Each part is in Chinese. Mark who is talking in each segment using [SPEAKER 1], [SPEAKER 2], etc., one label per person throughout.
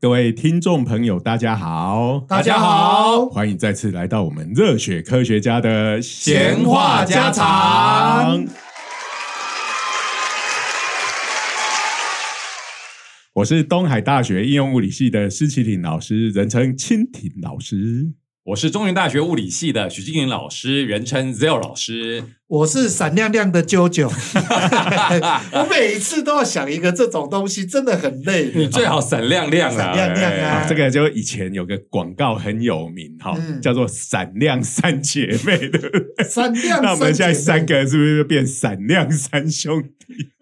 [SPEAKER 1] 各位听众朋友，大家好，
[SPEAKER 2] 大家好
[SPEAKER 1] 欢迎再次来到我们热血科学家的
[SPEAKER 2] 闲话家常。
[SPEAKER 1] 我是东海大学应用物理系的施启廷老师，人称蜻蜓老师。
[SPEAKER 3] 我是中原大学物理系的许金林老师，人称 Zero 老师。
[SPEAKER 2] 我是闪亮亮的啾 啾，我每一次都要想一个这种东西，真的很累
[SPEAKER 3] 你
[SPEAKER 2] 的。
[SPEAKER 3] 最好闪亮亮啊！
[SPEAKER 2] 闪亮亮啊
[SPEAKER 1] 啊，这个就以前有个广告很有名哈、
[SPEAKER 2] 嗯
[SPEAKER 1] 叫做“闪亮三姐妹”的。
[SPEAKER 2] 闪亮，
[SPEAKER 1] 那我们现在三
[SPEAKER 2] 姐妹，
[SPEAKER 1] 个是不是就变闪亮三兄弟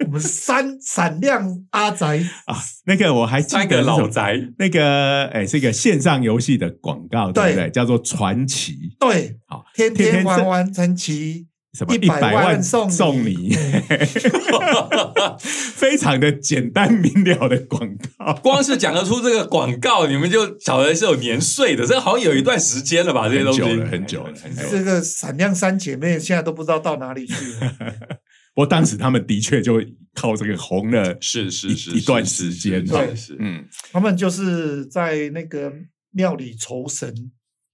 [SPEAKER 2] 我们三闪亮阿宅，
[SPEAKER 1] 啊？那个我还记得
[SPEAKER 3] 三个
[SPEAKER 1] 是什么
[SPEAKER 3] 老宅，
[SPEAKER 1] 那个哎，是一个线上游戏的广告，对不
[SPEAKER 2] 对
[SPEAKER 1] 对？叫做传奇，
[SPEAKER 2] 对，
[SPEAKER 1] 好，
[SPEAKER 2] 天
[SPEAKER 1] 天
[SPEAKER 2] 天
[SPEAKER 1] 天
[SPEAKER 2] 玩
[SPEAKER 1] 这
[SPEAKER 2] 玩传奇，
[SPEAKER 1] 什么
[SPEAKER 2] 100万送
[SPEAKER 1] 送
[SPEAKER 2] 你
[SPEAKER 1] 你，非常的简单明了的广告。
[SPEAKER 3] 光是讲得出这个广告，你们就晓得是有年岁的。这好像有一段时间了吧？这些东西哎
[SPEAKER 1] 很久了很久了很久了
[SPEAKER 2] 这个闪亮三姐妹现在都不知道到哪里去 了。
[SPEAKER 1] 不过当时他们的确就靠这个红了，
[SPEAKER 3] 是是是
[SPEAKER 1] 一一段时间
[SPEAKER 3] 是是是
[SPEAKER 1] 嗯，
[SPEAKER 2] 他们就是在那个庙里酬神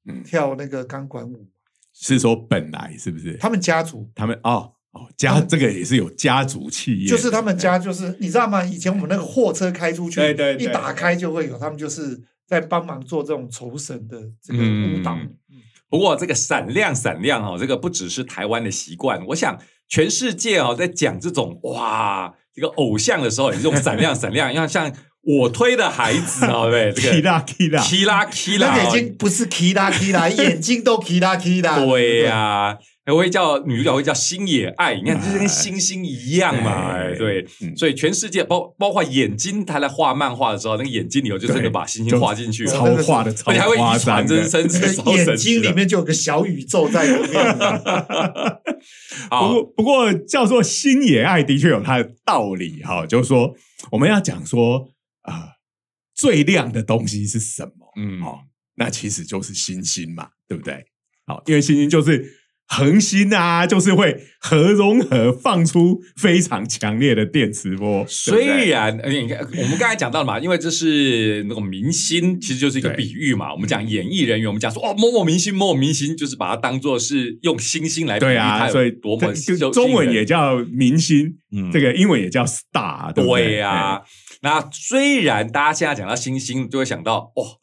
[SPEAKER 1] 嗯，
[SPEAKER 2] 跳那个钢管舞，
[SPEAKER 1] 是说本来是不是？
[SPEAKER 2] 他们家族。
[SPEAKER 1] 他们哦哦，家
[SPEAKER 2] 他们
[SPEAKER 1] 这个也是有家族企业，
[SPEAKER 2] 就是他们家，就是你知道吗？以前我们那个货车开出去，
[SPEAKER 1] 对对对
[SPEAKER 2] 一打开就会有，他们就是在帮忙做这种酬神的这个舞蹈。
[SPEAKER 3] 嗯不过这个闪亮闪亮哦，这个不只是台湾的习惯，我想全世界哦，在讲这种哇这个偶像的时候，也是这种闪亮闪亮，要像我推的孩子哦，对不 对，这个
[SPEAKER 1] Kira Kira，
[SPEAKER 3] k 拉 k 拉，
[SPEAKER 2] 那个已经不是 k 啦 k 啦，眼睛都 k 啦 k 啦。
[SPEAKER 3] 对呀、还会叫女主角会叫星野爱，你看
[SPEAKER 1] 哎
[SPEAKER 3] 这跟星星一样嘛，
[SPEAKER 1] 哎
[SPEAKER 3] 哎对
[SPEAKER 1] 嗯，
[SPEAKER 3] 所以全世界包包括眼睛，他来画漫画的时候，那个眼睛里头就真
[SPEAKER 1] 对
[SPEAKER 3] 的把星星画进去了，哦
[SPEAKER 1] 超画的超
[SPEAKER 3] 而且还会
[SPEAKER 1] 夸
[SPEAKER 3] 遗
[SPEAKER 1] 张
[SPEAKER 3] 传，
[SPEAKER 1] 的
[SPEAKER 3] 真。是
[SPEAKER 2] 对，
[SPEAKER 3] 真是
[SPEAKER 2] 那
[SPEAKER 3] 超
[SPEAKER 2] 个眼
[SPEAKER 3] 神奇啊
[SPEAKER 2] 睛里
[SPEAKER 3] 的。
[SPEAKER 2] 面就有个小宇宙在里面。
[SPEAKER 1] 不
[SPEAKER 3] 好，
[SPEAKER 1] 过，不过叫做星野爱的确有它的道理哈、就是说我们要讲说啊、呃最亮的东西是什么？
[SPEAKER 3] 嗯，
[SPEAKER 1] 哦，那其实就是星星嘛，对不对？好、因为星星就是恒星啊，就是会核融合放出非常强烈的电磁波，对不对
[SPEAKER 3] 虽然呃你看，我们刚才讲到了嘛，因为这是那种明星，其实就是一个
[SPEAKER 1] 对
[SPEAKER 3] 比喻嘛。我们讲演艺人员，我们讲说哦，某某明星，某某明星，就是把它当做是用星星来比喻
[SPEAKER 1] 对
[SPEAKER 3] 他
[SPEAKER 1] 啊，
[SPEAKER 3] 有
[SPEAKER 1] 所以
[SPEAKER 3] 多么
[SPEAKER 1] 这
[SPEAKER 3] 受
[SPEAKER 1] 中文
[SPEAKER 3] 吸引人
[SPEAKER 1] 也叫明星，
[SPEAKER 3] 嗯
[SPEAKER 1] 这个英文也叫 star，对不对？啊
[SPEAKER 3] 对啊呀、那虽然大家现在讲到星星，就会想到哦，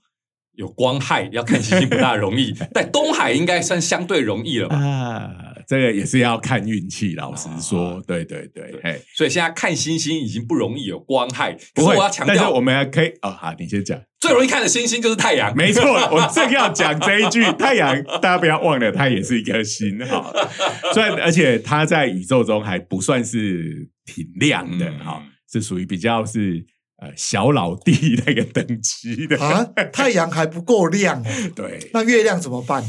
[SPEAKER 3] 有光害，要看星星不大容 易，但东海应该算相对容易了吧？
[SPEAKER 1] 啊，这个也是要看运气。老实说，
[SPEAKER 3] 啊
[SPEAKER 1] 对对对，
[SPEAKER 3] 对
[SPEAKER 1] 嘿，
[SPEAKER 3] 所以现在看星星已经不容易有光害，
[SPEAKER 1] 不
[SPEAKER 3] 可是
[SPEAKER 1] 会
[SPEAKER 3] 我要强
[SPEAKER 1] 但是
[SPEAKER 3] 调，
[SPEAKER 1] 我们还可以哦，好，你先讲。
[SPEAKER 3] 最容易看的星星就是太阳。
[SPEAKER 1] 没错，我正要讲这一句，太阳，大家不要忘了，它也是一颗星 哈。虽然而且它在宇宙中还不算是挺亮的
[SPEAKER 3] 嗯
[SPEAKER 1] 哈、是属于比较是呃小老弟那个等级的。
[SPEAKER 2] 啊，太阳还不够亮哦，
[SPEAKER 1] 对，
[SPEAKER 2] 那月亮怎么办？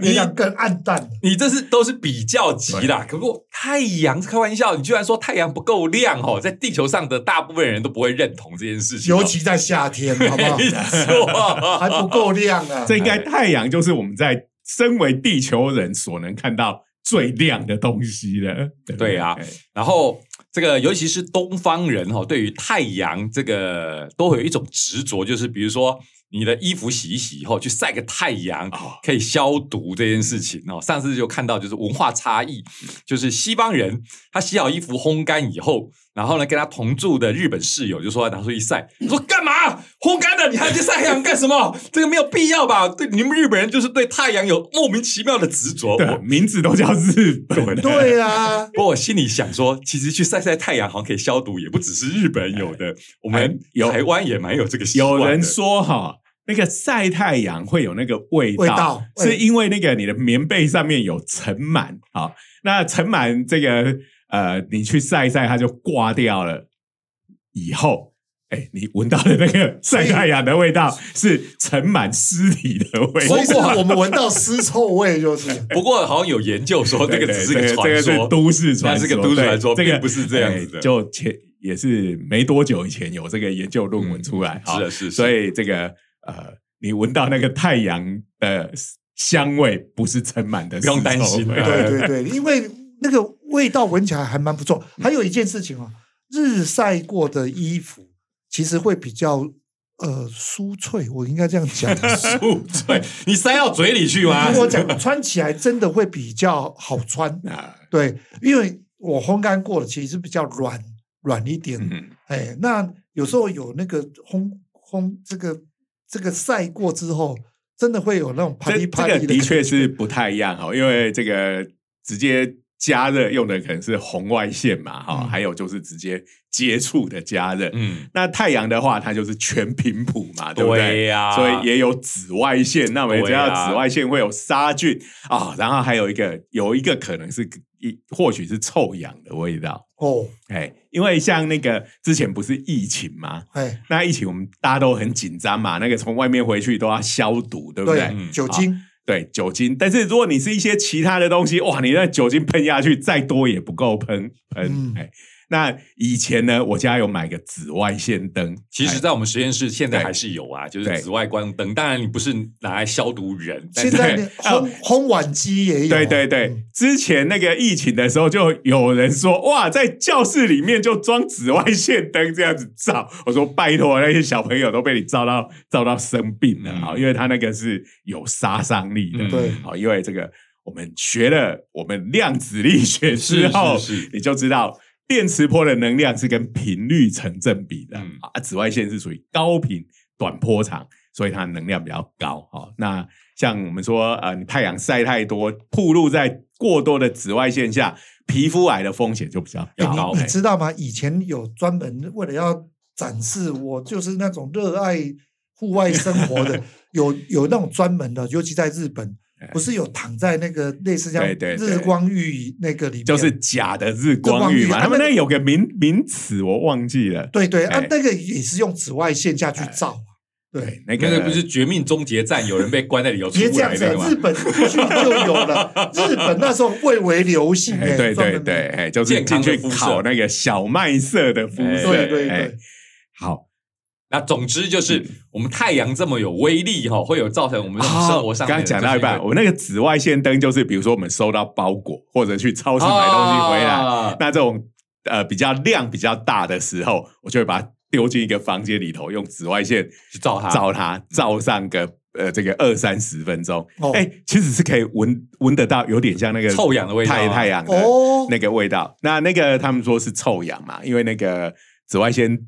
[SPEAKER 2] 月亮更暗淡。
[SPEAKER 3] 你这是都是比较级啦，可不过太阳开玩笑，你居然说太阳不够亮哦，在地球上的大部分人都不会认同这件事情哦、
[SPEAKER 2] 尤 其在夏天，好不好？还
[SPEAKER 3] 错，
[SPEAKER 2] 不够亮啊！
[SPEAKER 1] 这应该太阳就是我们在身为地球人所能看到最亮的东西了。对不
[SPEAKER 3] 对啊
[SPEAKER 1] 嘿
[SPEAKER 3] 然后这个尤其是东方人哦，对于太阳这个都会有一种执着，就是比如说你的衣服洗一洗以后去晒个太阳。
[SPEAKER 1] 哦，
[SPEAKER 3] 可以消毒这件事情哦，上次就看到就是文化差异，就是西方人他洗好衣服烘干以后，然后呢跟他同住的日本室友就说拿出去晒，我说干嘛烘干了你还去晒太阳干什么？这个没有必要吧？对你们日本人就是对太阳有莫名其妙的执着，
[SPEAKER 1] 对
[SPEAKER 3] 我
[SPEAKER 1] 啊，名字都叫日本。
[SPEAKER 2] 对啊，
[SPEAKER 3] 不过我心里想说，其实去晒晒太阳好像可以消毒，也不只是日本有的，我们
[SPEAKER 1] 哎有
[SPEAKER 3] 台湾也蛮有这个习惯
[SPEAKER 1] 有
[SPEAKER 3] 的。
[SPEAKER 1] 人说哈，那个晒太阳会有那个味道，
[SPEAKER 2] 味道
[SPEAKER 1] 是因为那个你的棉被上面有尘螨好，那尘螨这个呃，你去晒一晒，它就挂掉了。以后，哎，你闻到的那个 晒太阳的味道是尘螨尸体的味道
[SPEAKER 2] 所。以是我们闻到尸臭味，就是
[SPEAKER 3] 不过好像有研究说， 这
[SPEAKER 1] 对
[SPEAKER 3] 个只是一个
[SPEAKER 1] 对这
[SPEAKER 3] 传
[SPEAKER 1] 个
[SPEAKER 3] 说，
[SPEAKER 1] 是都市传
[SPEAKER 3] 那
[SPEAKER 1] 说，
[SPEAKER 3] 是个都市传说
[SPEAKER 1] 对这个
[SPEAKER 3] 并不是这样子的
[SPEAKER 1] 哎就前也是没多久以前有这个研究论文出来，好
[SPEAKER 3] 嗯是的，是的
[SPEAKER 1] 所以这个呃，你闻到那个太阳的香味，不是尘螨的，
[SPEAKER 3] 不用担心
[SPEAKER 1] 对
[SPEAKER 2] 对
[SPEAKER 1] 对
[SPEAKER 2] 对对，因为那个味道闻起来还蛮不哦错。还有一件事情啊，日晒过的衣服其实会比较呃酥脆，我应该这样 讲。
[SPEAKER 3] 不对，你塞到嘴里去吗
[SPEAKER 2] 听？我讲，穿起来真的会比较好穿。
[SPEAKER 1] 啊，
[SPEAKER 2] 对，因为我烘干过了，其实是比较软软一点。
[SPEAKER 1] 嗯，
[SPEAKER 2] 哎，那有时候有那个烘烘这个这个晒过之后，真的会有那种啪
[SPEAKER 1] 这
[SPEAKER 2] 里
[SPEAKER 1] 这
[SPEAKER 2] 啪
[SPEAKER 1] 个
[SPEAKER 2] 里
[SPEAKER 1] 的
[SPEAKER 2] 感
[SPEAKER 1] 确
[SPEAKER 2] 觉
[SPEAKER 1] 是不太一样哈，因为这个直接加热用的可能是红外线嘛哈，
[SPEAKER 2] 嗯
[SPEAKER 1] 还有就是直接接触的加热。
[SPEAKER 3] 嗯，
[SPEAKER 1] 那太阳的话，它就是全频谱嘛，对不
[SPEAKER 3] 对呀，
[SPEAKER 1] 所以也有哎紫外线。那我们知
[SPEAKER 3] 啊对
[SPEAKER 1] 道
[SPEAKER 3] 啊
[SPEAKER 1] 紫外线会有杀菌啊、然后还有一个有一个可能是一或许是臭氧的味道。
[SPEAKER 2] 哦，
[SPEAKER 1] 哎，因为像那个之前不是疫情吗？
[SPEAKER 2] 哎，
[SPEAKER 1] 那疫情我们大家都很紧张嘛，那个从外面回去都要消毒，对不对？
[SPEAKER 2] 对，
[SPEAKER 3] 嗯
[SPEAKER 2] 酒精
[SPEAKER 1] 对酒精，但是如果你是一些其他的东西，哇，你那酒精喷下去再多也不够喷喷。
[SPEAKER 2] 嗯
[SPEAKER 1] 哎，那以前呢，我家有买个紫外线灯，
[SPEAKER 3] 其实，
[SPEAKER 1] 哎
[SPEAKER 3] 在我们实验室现在
[SPEAKER 1] 对
[SPEAKER 3] 还是有啊，就
[SPEAKER 1] 对
[SPEAKER 3] 是紫外光灯。当然，你不是拿来消毒人，但
[SPEAKER 2] 现在
[SPEAKER 1] 对
[SPEAKER 2] 连
[SPEAKER 1] 哦
[SPEAKER 2] 烘烘碗机也有，
[SPEAKER 1] 对对
[SPEAKER 2] 嗯
[SPEAKER 1] 对，，之前那个疫情的时候，就有人说哇，在教室里面就装紫外线灯这样子照。我说拜托，那些小朋友都被你照到照到生病了啊、
[SPEAKER 3] 嗯
[SPEAKER 1] 因为他那个是有杀伤力的
[SPEAKER 3] 嗯
[SPEAKER 2] 对
[SPEAKER 1] 啊、因为这个我们学了我们量子力学之后，
[SPEAKER 3] 是是是
[SPEAKER 1] 你就知道。电磁波的能量是跟频率成正比的、
[SPEAKER 3] 嗯
[SPEAKER 1] 啊，紫外线是属于高频短波长，所以它能量比较高。哦，那像我们说，呃，你太阳晒太多，暴露在过多的紫外线下，皮肤癌的风险就比较
[SPEAKER 2] 哎
[SPEAKER 1] 高。
[SPEAKER 2] 你
[SPEAKER 1] 哎
[SPEAKER 2] 你知道吗？以前有专门为了要展示我就是那种热爱户外生 活的，有有那种专门的，尤其在日本
[SPEAKER 1] 哎，
[SPEAKER 2] 不是有躺在那个类似像
[SPEAKER 1] 对对对
[SPEAKER 2] 日光浴那个里面，
[SPEAKER 1] 就是假的日光浴
[SPEAKER 2] 日光浴
[SPEAKER 1] 嘛，
[SPEAKER 2] 啊
[SPEAKER 1] 他们
[SPEAKER 2] 那
[SPEAKER 1] 那
[SPEAKER 2] 个
[SPEAKER 1] 有个名名词我忘记了。
[SPEAKER 2] 对对啊
[SPEAKER 1] 哎，
[SPEAKER 2] 那个也是用紫外线下去照啊，对。
[SPEAKER 1] 对，那
[SPEAKER 3] 那
[SPEAKER 1] 个哎
[SPEAKER 3] 个不是《绝命终结战》，有人被关在里头出
[SPEAKER 2] 别
[SPEAKER 3] 不
[SPEAKER 2] 这样
[SPEAKER 3] 来
[SPEAKER 2] 子
[SPEAKER 3] 的
[SPEAKER 2] 啊，
[SPEAKER 3] 吗
[SPEAKER 2] 日？本过去就有了。日本那时候蔚为流行
[SPEAKER 1] 哎，
[SPEAKER 2] 哎，
[SPEAKER 1] 对
[SPEAKER 2] 专
[SPEAKER 1] 对
[SPEAKER 2] 门
[SPEAKER 1] 对，哎，就是
[SPEAKER 3] 健康
[SPEAKER 1] 进
[SPEAKER 3] 的
[SPEAKER 1] 去
[SPEAKER 3] 肤色
[SPEAKER 1] 烤那个小麦色的肤
[SPEAKER 3] 哎
[SPEAKER 1] 色。
[SPEAKER 2] 对对
[SPEAKER 1] 哎
[SPEAKER 2] 对，
[SPEAKER 1] 好，
[SPEAKER 3] 那总之就是，
[SPEAKER 1] 嗯
[SPEAKER 3] 我们太阳这么有威力哈，会有造成我们这种生活上
[SPEAKER 1] 哦刚
[SPEAKER 3] 面
[SPEAKER 1] 刚
[SPEAKER 3] 的
[SPEAKER 1] 讲到一半，
[SPEAKER 3] 就是
[SPEAKER 1] 我那个紫外线灯就是，比如说我们收到包裹或者去超市买东西回来，
[SPEAKER 3] 啊
[SPEAKER 1] 那这种呃比较量比较大的时候，我就会把它丢进一个房间里头，用紫外线
[SPEAKER 3] 去照它
[SPEAKER 1] 照它，照上个呃这个二三十分钟。
[SPEAKER 2] 哦
[SPEAKER 1] 哎、其实是可以闻闻得到，有点像那个
[SPEAKER 3] 臭氧的味道啊
[SPEAKER 1] 太太阳的
[SPEAKER 2] 哦
[SPEAKER 1] 那个味道。那那个他们说是臭氧嘛，因为那个紫外线。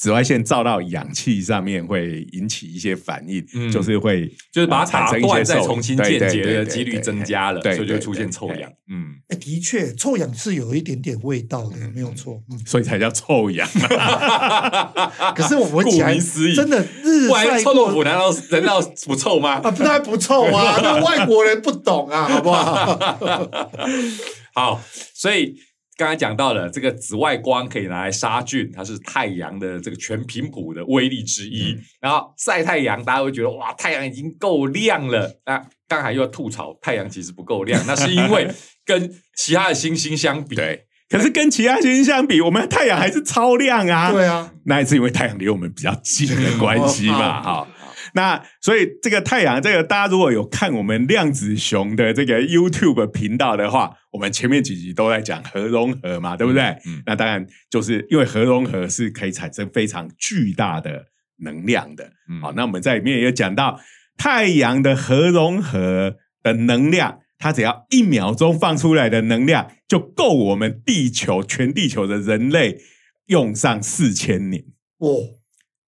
[SPEAKER 1] 紫外线照到氧气上面会引起一些反应，
[SPEAKER 3] 嗯
[SPEAKER 1] 就是会
[SPEAKER 3] 就是把它
[SPEAKER 1] 呃产
[SPEAKER 3] 打
[SPEAKER 1] 生一些
[SPEAKER 3] 断再
[SPEAKER 1] 受
[SPEAKER 3] 重新
[SPEAKER 1] 对
[SPEAKER 3] 间
[SPEAKER 1] 对
[SPEAKER 3] 接
[SPEAKER 1] 对
[SPEAKER 3] 的
[SPEAKER 1] 对
[SPEAKER 3] 几率
[SPEAKER 1] 对
[SPEAKER 3] 增加了，
[SPEAKER 1] 对
[SPEAKER 3] 所以就
[SPEAKER 1] 对
[SPEAKER 3] 会出现
[SPEAKER 1] 对
[SPEAKER 3] 臭
[SPEAKER 1] 对
[SPEAKER 3] 氧。嗯，
[SPEAKER 2] 哎，的确，臭氧是有一点点味道的，没有错。嗯，
[SPEAKER 1] 所以才叫臭氧 嘛。啊
[SPEAKER 2] 可是我们
[SPEAKER 3] 顾
[SPEAKER 2] 起来
[SPEAKER 3] 名思义
[SPEAKER 2] 真的日
[SPEAKER 3] 不然
[SPEAKER 2] 晒
[SPEAKER 3] 臭豆
[SPEAKER 2] 过
[SPEAKER 3] 腐难道难道不臭 吗？
[SPEAKER 2] 啊，不然不臭啊，那外国人不懂啊，好不好？
[SPEAKER 3] 好，所以刚才讲到了这个紫外光可以拿来杀菌，它是太阳的这个全频谱的威力之一。
[SPEAKER 1] 嗯
[SPEAKER 3] 然后晒太阳，大家会觉得哇，太阳已经够亮了。那刚才又要吐槽太阳其实不够 亮，那是因为跟其他的星星相比，
[SPEAKER 1] 对，可是跟其他星星相比，我们的太阳还是超亮啊。
[SPEAKER 2] 对啊，哦
[SPEAKER 1] 那也是因为太阳离我们比较近的关系嘛，
[SPEAKER 3] 哦
[SPEAKER 1] 哈、那所以这个太阳，这个大家如果有看我们量子熊的这个 YouTube 频道的话，我们前面几集都在讲核融合嘛，对不对？
[SPEAKER 3] 嗯
[SPEAKER 1] 那当然就是因为核融合是可以产生非常巨大的能量的。
[SPEAKER 3] 嗯
[SPEAKER 1] 好，那我们在里面也讲到太阳的核融合的能量，它只要一秒钟放出来的能量就够我们地球全地球的人类用上四千年。
[SPEAKER 2] 哦，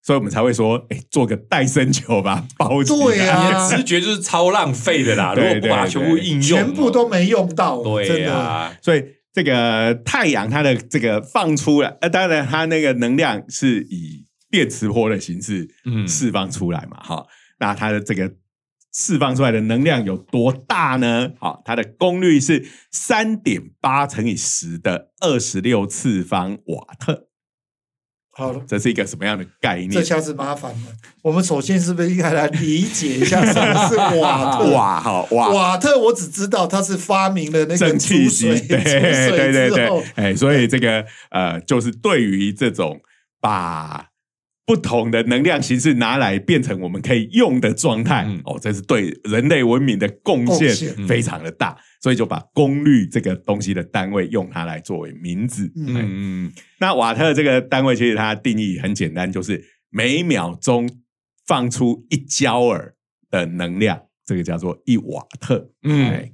[SPEAKER 1] 所以我们才会说，哎，做个戴森球吧，包起来
[SPEAKER 2] 对啊
[SPEAKER 3] 直觉就是超浪费的啦。如
[SPEAKER 1] 对
[SPEAKER 3] 果不把它
[SPEAKER 1] 对
[SPEAKER 3] 全部应用，哦
[SPEAKER 2] 全部都没用到，
[SPEAKER 1] 啊
[SPEAKER 3] 对
[SPEAKER 2] 真
[SPEAKER 3] 呀、
[SPEAKER 2] 的。
[SPEAKER 1] 所以这个太阳它的这个放出来，呃，当然它那个能量是以电磁波的形式
[SPEAKER 3] 嗯
[SPEAKER 1] 释放出来嘛，哈、那它的这个释放出来的能量有多大呢？好、它的功率是三点八乘以十的二十六次方瓦特，
[SPEAKER 2] 好了，
[SPEAKER 1] 这是一个什么样的概念？
[SPEAKER 2] 这下子麻烦了。我们首先是不是应该来理解一下什么是 瓦特？
[SPEAKER 1] 哇，好哇，
[SPEAKER 2] 瓦特，我只知道他是发明了那个
[SPEAKER 1] 蒸
[SPEAKER 2] 煮
[SPEAKER 1] 汽机，
[SPEAKER 2] 水，
[SPEAKER 1] 对
[SPEAKER 2] 煮水
[SPEAKER 1] 对对
[SPEAKER 2] 之后
[SPEAKER 1] 对，，哎，所以这个呃，就是对于这种把不同的能量形式拿来变成我们可以用的状态，
[SPEAKER 3] 嗯
[SPEAKER 1] 哦，这是对人类文明的贡
[SPEAKER 2] 贡
[SPEAKER 1] 献
[SPEAKER 2] 献
[SPEAKER 1] 非常的大，所以就把功率这个东西的单位用它来作为名字。
[SPEAKER 2] 嗯
[SPEAKER 1] 哎
[SPEAKER 3] 嗯嗯，
[SPEAKER 1] 那瓦特这个单位其实它的定义很简单，就是每秒钟放出一焦耳的能量，这个叫做一瓦特。
[SPEAKER 3] 嗯，
[SPEAKER 1] 哎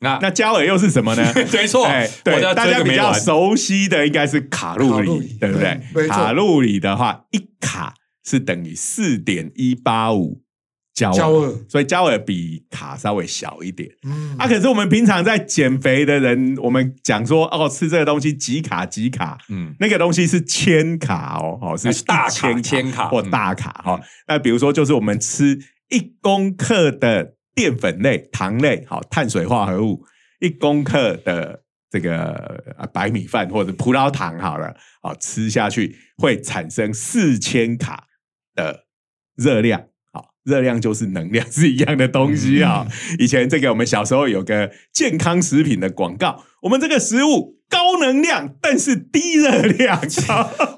[SPEAKER 3] 那
[SPEAKER 1] 那焦耳又是什么呢？
[SPEAKER 3] 没错
[SPEAKER 1] 哎，，
[SPEAKER 3] 我
[SPEAKER 1] 对，
[SPEAKER 3] 要
[SPEAKER 1] 大
[SPEAKER 3] 追
[SPEAKER 1] 家
[SPEAKER 3] 个
[SPEAKER 1] 比
[SPEAKER 3] 没
[SPEAKER 1] 较
[SPEAKER 3] 完。
[SPEAKER 1] 熟悉的应该是卡路
[SPEAKER 2] 卡路
[SPEAKER 1] 里
[SPEAKER 2] 里，
[SPEAKER 1] 对不对？
[SPEAKER 2] 对没错
[SPEAKER 1] 卡路里的话，一卡是等于四点一八五焦
[SPEAKER 2] 焦
[SPEAKER 1] 耳，
[SPEAKER 2] 耳，
[SPEAKER 1] 所以焦耳比卡稍微小一点。
[SPEAKER 2] 嗯，
[SPEAKER 1] 啊，可是我们平常在减肥的人，我们讲说哦，吃这个东西几卡几卡，
[SPEAKER 3] 嗯，
[SPEAKER 1] 那个东西是千卡哦，哦
[SPEAKER 3] 那
[SPEAKER 1] 是
[SPEAKER 3] 是大卡
[SPEAKER 1] 千
[SPEAKER 3] 千卡
[SPEAKER 1] 或
[SPEAKER 3] 嗯
[SPEAKER 1] 大卡哈、哦。那比如说，就是我们吃一公克的淀粉类、糖类，好、碳水化合物，一公克的这个呃白米饭或者葡萄糖好了，好、吃下去会产生四千卡的热量。好，热量就是能量，是一样的东西啊、以前这个我们小时候有个健康食品的广告，我们这个食物高能量，但是低热 量。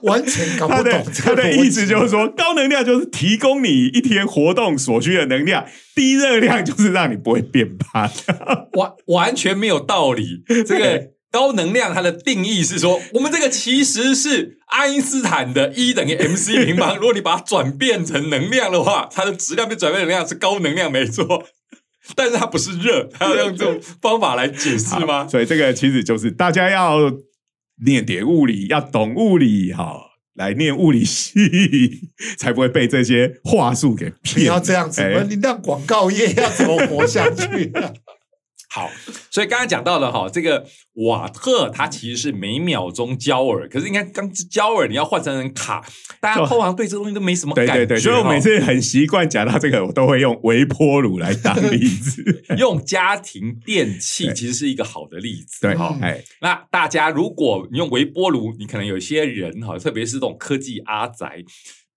[SPEAKER 2] 完全搞
[SPEAKER 1] 他
[SPEAKER 2] 不
[SPEAKER 1] 的
[SPEAKER 2] 懂
[SPEAKER 1] 他
[SPEAKER 2] 这
[SPEAKER 1] 的
[SPEAKER 2] 个
[SPEAKER 1] 意思就是说，高能量就是提供你一天活动所需的能量，低热量 就是让你不会变胖。
[SPEAKER 3] 完完全没有道理。这个高能量它的定义是说，我们这个其实是爱因斯坦的 E 等于 mc 平方。如果你把它转变成能量的话，它的质量被转变成能量是高能量没错， 但是它不是热，它要用这种方法来解释吗？
[SPEAKER 1] 所以这个其实就是大家要念点物理，要懂物理，哈，来念物理系， 才不会被这些话术给
[SPEAKER 2] 你
[SPEAKER 1] 骗。
[SPEAKER 2] 要这样子
[SPEAKER 1] 哎，
[SPEAKER 2] 你让广告业要怎么活下去 啊？
[SPEAKER 3] 好，所以刚才讲到了哈，这个瓦特它其实是每秒钟焦耳，可是应该刚焦耳你要换成成卡，大家
[SPEAKER 1] 就
[SPEAKER 3] 通常对这东西都没什么
[SPEAKER 1] 对
[SPEAKER 3] 感觉。
[SPEAKER 1] 对对，所以我
[SPEAKER 3] 哈
[SPEAKER 1] 每次很习惯讲到这个，我都会用微波炉来当例 子。
[SPEAKER 3] 用家庭电器
[SPEAKER 1] 对
[SPEAKER 3] 其实是一个好的例子。
[SPEAKER 1] 对
[SPEAKER 3] 哈，
[SPEAKER 1] 哎，
[SPEAKER 3] 那大家如果你用微波炉，你可能有些人哈，特别是这种科技阿宅。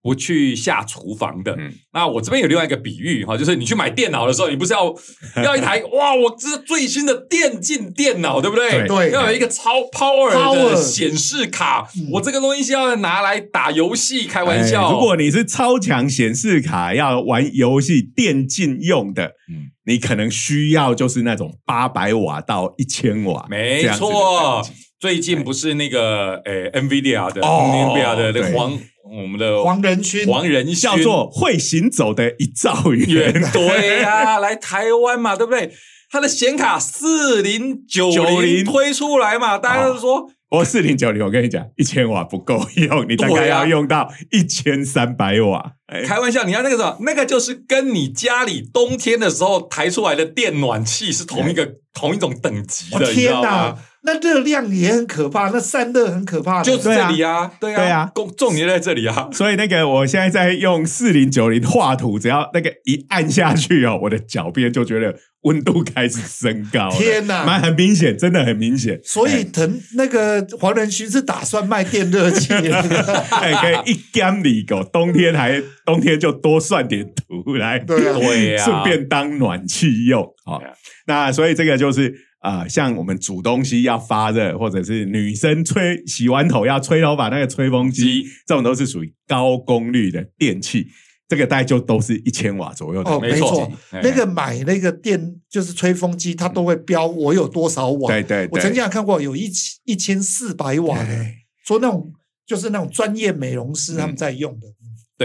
[SPEAKER 3] 不去下厨房的，
[SPEAKER 1] 嗯
[SPEAKER 3] 那我这边有另外一个比喻哈，就是你去买电脑的时候，你不是 要要一台哇，我这是最新的电竞电脑，对不对？
[SPEAKER 1] 对
[SPEAKER 2] 对
[SPEAKER 3] 要有一个超 power 的
[SPEAKER 2] Power
[SPEAKER 3] 显示卡，
[SPEAKER 2] 嗯
[SPEAKER 3] 我这个东西是要拿来打游戏，开玩笑。
[SPEAKER 1] 哎如果你是超强显示卡要玩游戏电竞用的，
[SPEAKER 3] 嗯
[SPEAKER 1] 你可能需要就是那种八百瓦到一千瓦，
[SPEAKER 3] 没
[SPEAKER 1] 这样子的
[SPEAKER 3] 错
[SPEAKER 1] 等级，
[SPEAKER 3] 最近不是那个呃 NVIDIA 的、
[SPEAKER 1] 哦
[SPEAKER 3] NVIDIA 的那个
[SPEAKER 1] 对
[SPEAKER 3] 黄我们的
[SPEAKER 2] 黄仁勋，
[SPEAKER 3] 黄仁勋
[SPEAKER 1] 叫做会行走的一兆
[SPEAKER 3] 远
[SPEAKER 1] 元
[SPEAKER 3] 对呀、来台湾嘛，对不对？他的显卡四零九零
[SPEAKER 1] 90
[SPEAKER 3] 推出来嘛，大家都说、
[SPEAKER 1] 我四零九零，我跟你讲，一千瓦不够用，你大
[SPEAKER 3] 对
[SPEAKER 1] 概
[SPEAKER 3] 啊
[SPEAKER 1] 要用到一千三百瓦。哎
[SPEAKER 3] 开玩笑，你看那个什么，那个就是跟你家里冬天的时候抬出来的电暖气是同一个同一种等级
[SPEAKER 2] 我
[SPEAKER 3] 的，你知
[SPEAKER 2] 哦天
[SPEAKER 3] 道吗？
[SPEAKER 2] 那热量也很可怕，那散热很可怕的，
[SPEAKER 3] 就是这里啊，对啊，
[SPEAKER 1] 对啊
[SPEAKER 3] 重重点在这里啊。
[SPEAKER 1] 所以那个我现在在用四零九零画图，只要那个一按下去哦，我的脚边就觉得温度开始升高了。
[SPEAKER 2] 天哪
[SPEAKER 1] 蛮很明显，真的很明显。
[SPEAKER 2] 所
[SPEAKER 3] 哎
[SPEAKER 2] 以腾那个黄仁勋是打算卖电热器的，
[SPEAKER 1] 哎，可以一干里狗，冬天还冬天就多算点图来，
[SPEAKER 2] 对啊
[SPEAKER 3] 对啊
[SPEAKER 1] 顺便当暖气用啊、哦
[SPEAKER 3] 对啊
[SPEAKER 1] 那所以这个就是呃，像我们煮东西要发热，或者是女生吹洗完头要吹头发那个吹风机
[SPEAKER 3] 机，
[SPEAKER 1] 这种都是属于高功率的电器，这个大概就都是一千瓦左右的。
[SPEAKER 2] 哦没错
[SPEAKER 3] 哎
[SPEAKER 2] 那个买那个电就是吹风机，它都会标我有多少瓦。
[SPEAKER 1] 对对对，
[SPEAKER 2] 我曾经还看过有一千一千四百瓦的，
[SPEAKER 1] 哎
[SPEAKER 2] 说那种就是那种专业美容师他们在用的，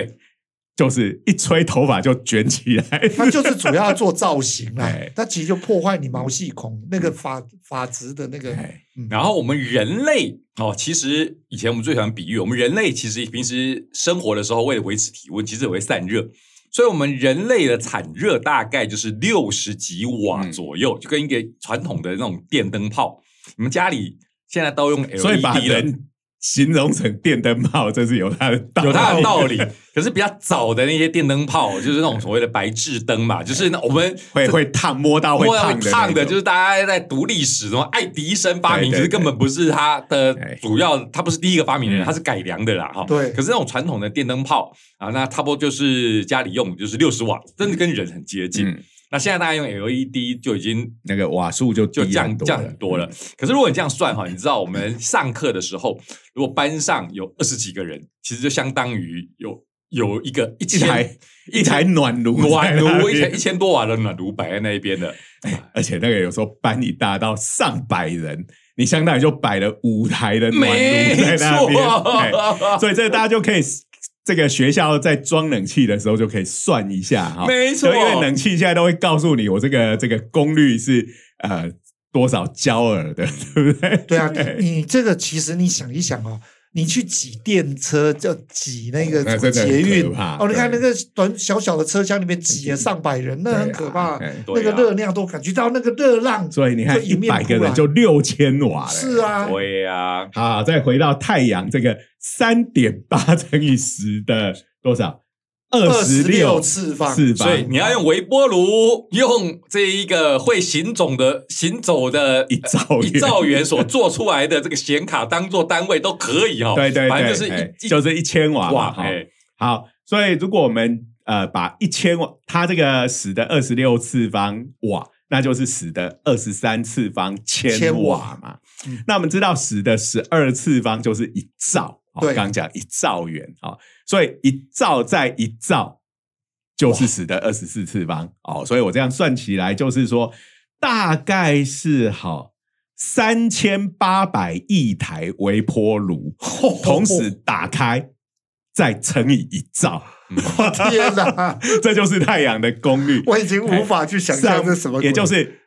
[SPEAKER 3] 哎
[SPEAKER 1] 就是一吹头发就卷起 来。
[SPEAKER 2] 它就是主要做造型 啦
[SPEAKER 1] 哎，
[SPEAKER 2] 它其实就破坏你毛细孔那个发发质的那个。
[SPEAKER 1] 哎
[SPEAKER 2] 嗯
[SPEAKER 3] 然后我们人类哦，其实以前我们最喜欢比喻，我们人类其实平时生活的时候，为了维持体温，其实也会散热，所以我们人类的产热大概就是六十几瓦
[SPEAKER 1] 嗯
[SPEAKER 3] 左右，就跟一个传统的那种电灯泡。你们家里现在都用 E LED
[SPEAKER 1] 所以把
[SPEAKER 3] 了，
[SPEAKER 1] 人形容成电灯泡，这是有它的道理
[SPEAKER 3] 有它的道理。可是比较早的那些电灯泡，就是那种所谓的白炽灯嘛，就是那我们
[SPEAKER 1] 会会烫，摸到会
[SPEAKER 3] 摸到
[SPEAKER 1] 烫的那
[SPEAKER 3] 烫的，
[SPEAKER 1] 种
[SPEAKER 3] 就是大家在读历史，然后爱迪生发明，
[SPEAKER 1] 对对
[SPEAKER 3] 其实根本不是他的
[SPEAKER 1] 对
[SPEAKER 3] 主要，他不是第一个发明
[SPEAKER 1] 嗯
[SPEAKER 3] 人，他是改良的啦，哈。
[SPEAKER 2] 对
[SPEAKER 3] 可是那种传统的电灯泡啊，那差不多就是家里用，就是六十瓦，真的跟人很接近。
[SPEAKER 1] 嗯
[SPEAKER 3] 那现在大家用 LED 就已经
[SPEAKER 1] 那个瓦数就低
[SPEAKER 3] 就降
[SPEAKER 1] 很多嗯
[SPEAKER 3] 降很多了。可是如果你这样算哈，你知道我们上课的时候， 如果班上有二十几个人，其实就相当于有有一个一
[SPEAKER 1] 一
[SPEAKER 3] 千
[SPEAKER 1] 台一台暖炉在
[SPEAKER 3] 暖
[SPEAKER 1] 那
[SPEAKER 3] 炉，一
[SPEAKER 1] 边
[SPEAKER 3] 千一千多瓦的暖炉摆在那一边的。
[SPEAKER 1] 而且那个有时候搬一大到上百人，你相当于就摆了五台的暖
[SPEAKER 3] 没
[SPEAKER 1] 炉在那边
[SPEAKER 3] 错，
[SPEAKER 1] 哎所以这大家就可以这个学校在装冷气的时候就可以算一下哈。
[SPEAKER 3] 没错
[SPEAKER 1] 就因为冷气现在都会告诉你我这个这个功率是呃多少焦耳的，对不对？
[SPEAKER 2] 对啊，你你这个其实你想一想哦，你去挤电车，就挤那个
[SPEAKER 1] 那
[SPEAKER 2] 什么
[SPEAKER 1] 真的很
[SPEAKER 2] 捷运
[SPEAKER 1] 可怕
[SPEAKER 2] 哦，你看那
[SPEAKER 1] 对
[SPEAKER 2] 个短小小的车厢里面挤了上百人，那很可怕，
[SPEAKER 1] 对啊
[SPEAKER 2] 那个热量都感觉到那个热浪。
[SPEAKER 1] 所以你
[SPEAKER 2] 就
[SPEAKER 1] 看一
[SPEAKER 2] 迎面
[SPEAKER 1] 百个
[SPEAKER 2] 扑来
[SPEAKER 1] 人就六千瓦了。
[SPEAKER 2] 是啊，
[SPEAKER 3] 对呀，
[SPEAKER 1] 好，再回到太阳这个三点八 乘以十的多少？二十
[SPEAKER 2] 六
[SPEAKER 1] 六
[SPEAKER 2] 次方，
[SPEAKER 1] 次方
[SPEAKER 3] 所以你要用微波炉，用这一个会行走的行走的
[SPEAKER 1] 一兆
[SPEAKER 3] 一兆元所做出来的这个显卡当做单位都可以哦。
[SPEAKER 1] 对对对，
[SPEAKER 3] 反正就是
[SPEAKER 1] 哎
[SPEAKER 3] 一
[SPEAKER 1] 就是一千瓦嘛。
[SPEAKER 3] 哇，
[SPEAKER 1] 哈
[SPEAKER 3] 哎，
[SPEAKER 1] 好，所以如果我们呃把一千瓦，它这个十的二十六次方瓦，那就是十的二十三次方千
[SPEAKER 2] 千
[SPEAKER 1] 瓦
[SPEAKER 2] 瓦
[SPEAKER 1] 嘛。
[SPEAKER 2] 嗯
[SPEAKER 1] 那我们知道十的十二次方就是一兆，哦、
[SPEAKER 2] 对
[SPEAKER 1] 刚刚讲一兆元啊、哦，所以一兆再一兆就是十的二十四次方哦，所以我这样算起来就是说，大概是好。三千八百亿台微波炉，同时打开，再乘以一兆，
[SPEAKER 2] 天哪，
[SPEAKER 1] 这就是太阳的功率。
[SPEAKER 2] 我已经无法去想象这什么
[SPEAKER 1] 哎上
[SPEAKER 2] 鬼，
[SPEAKER 1] 也就是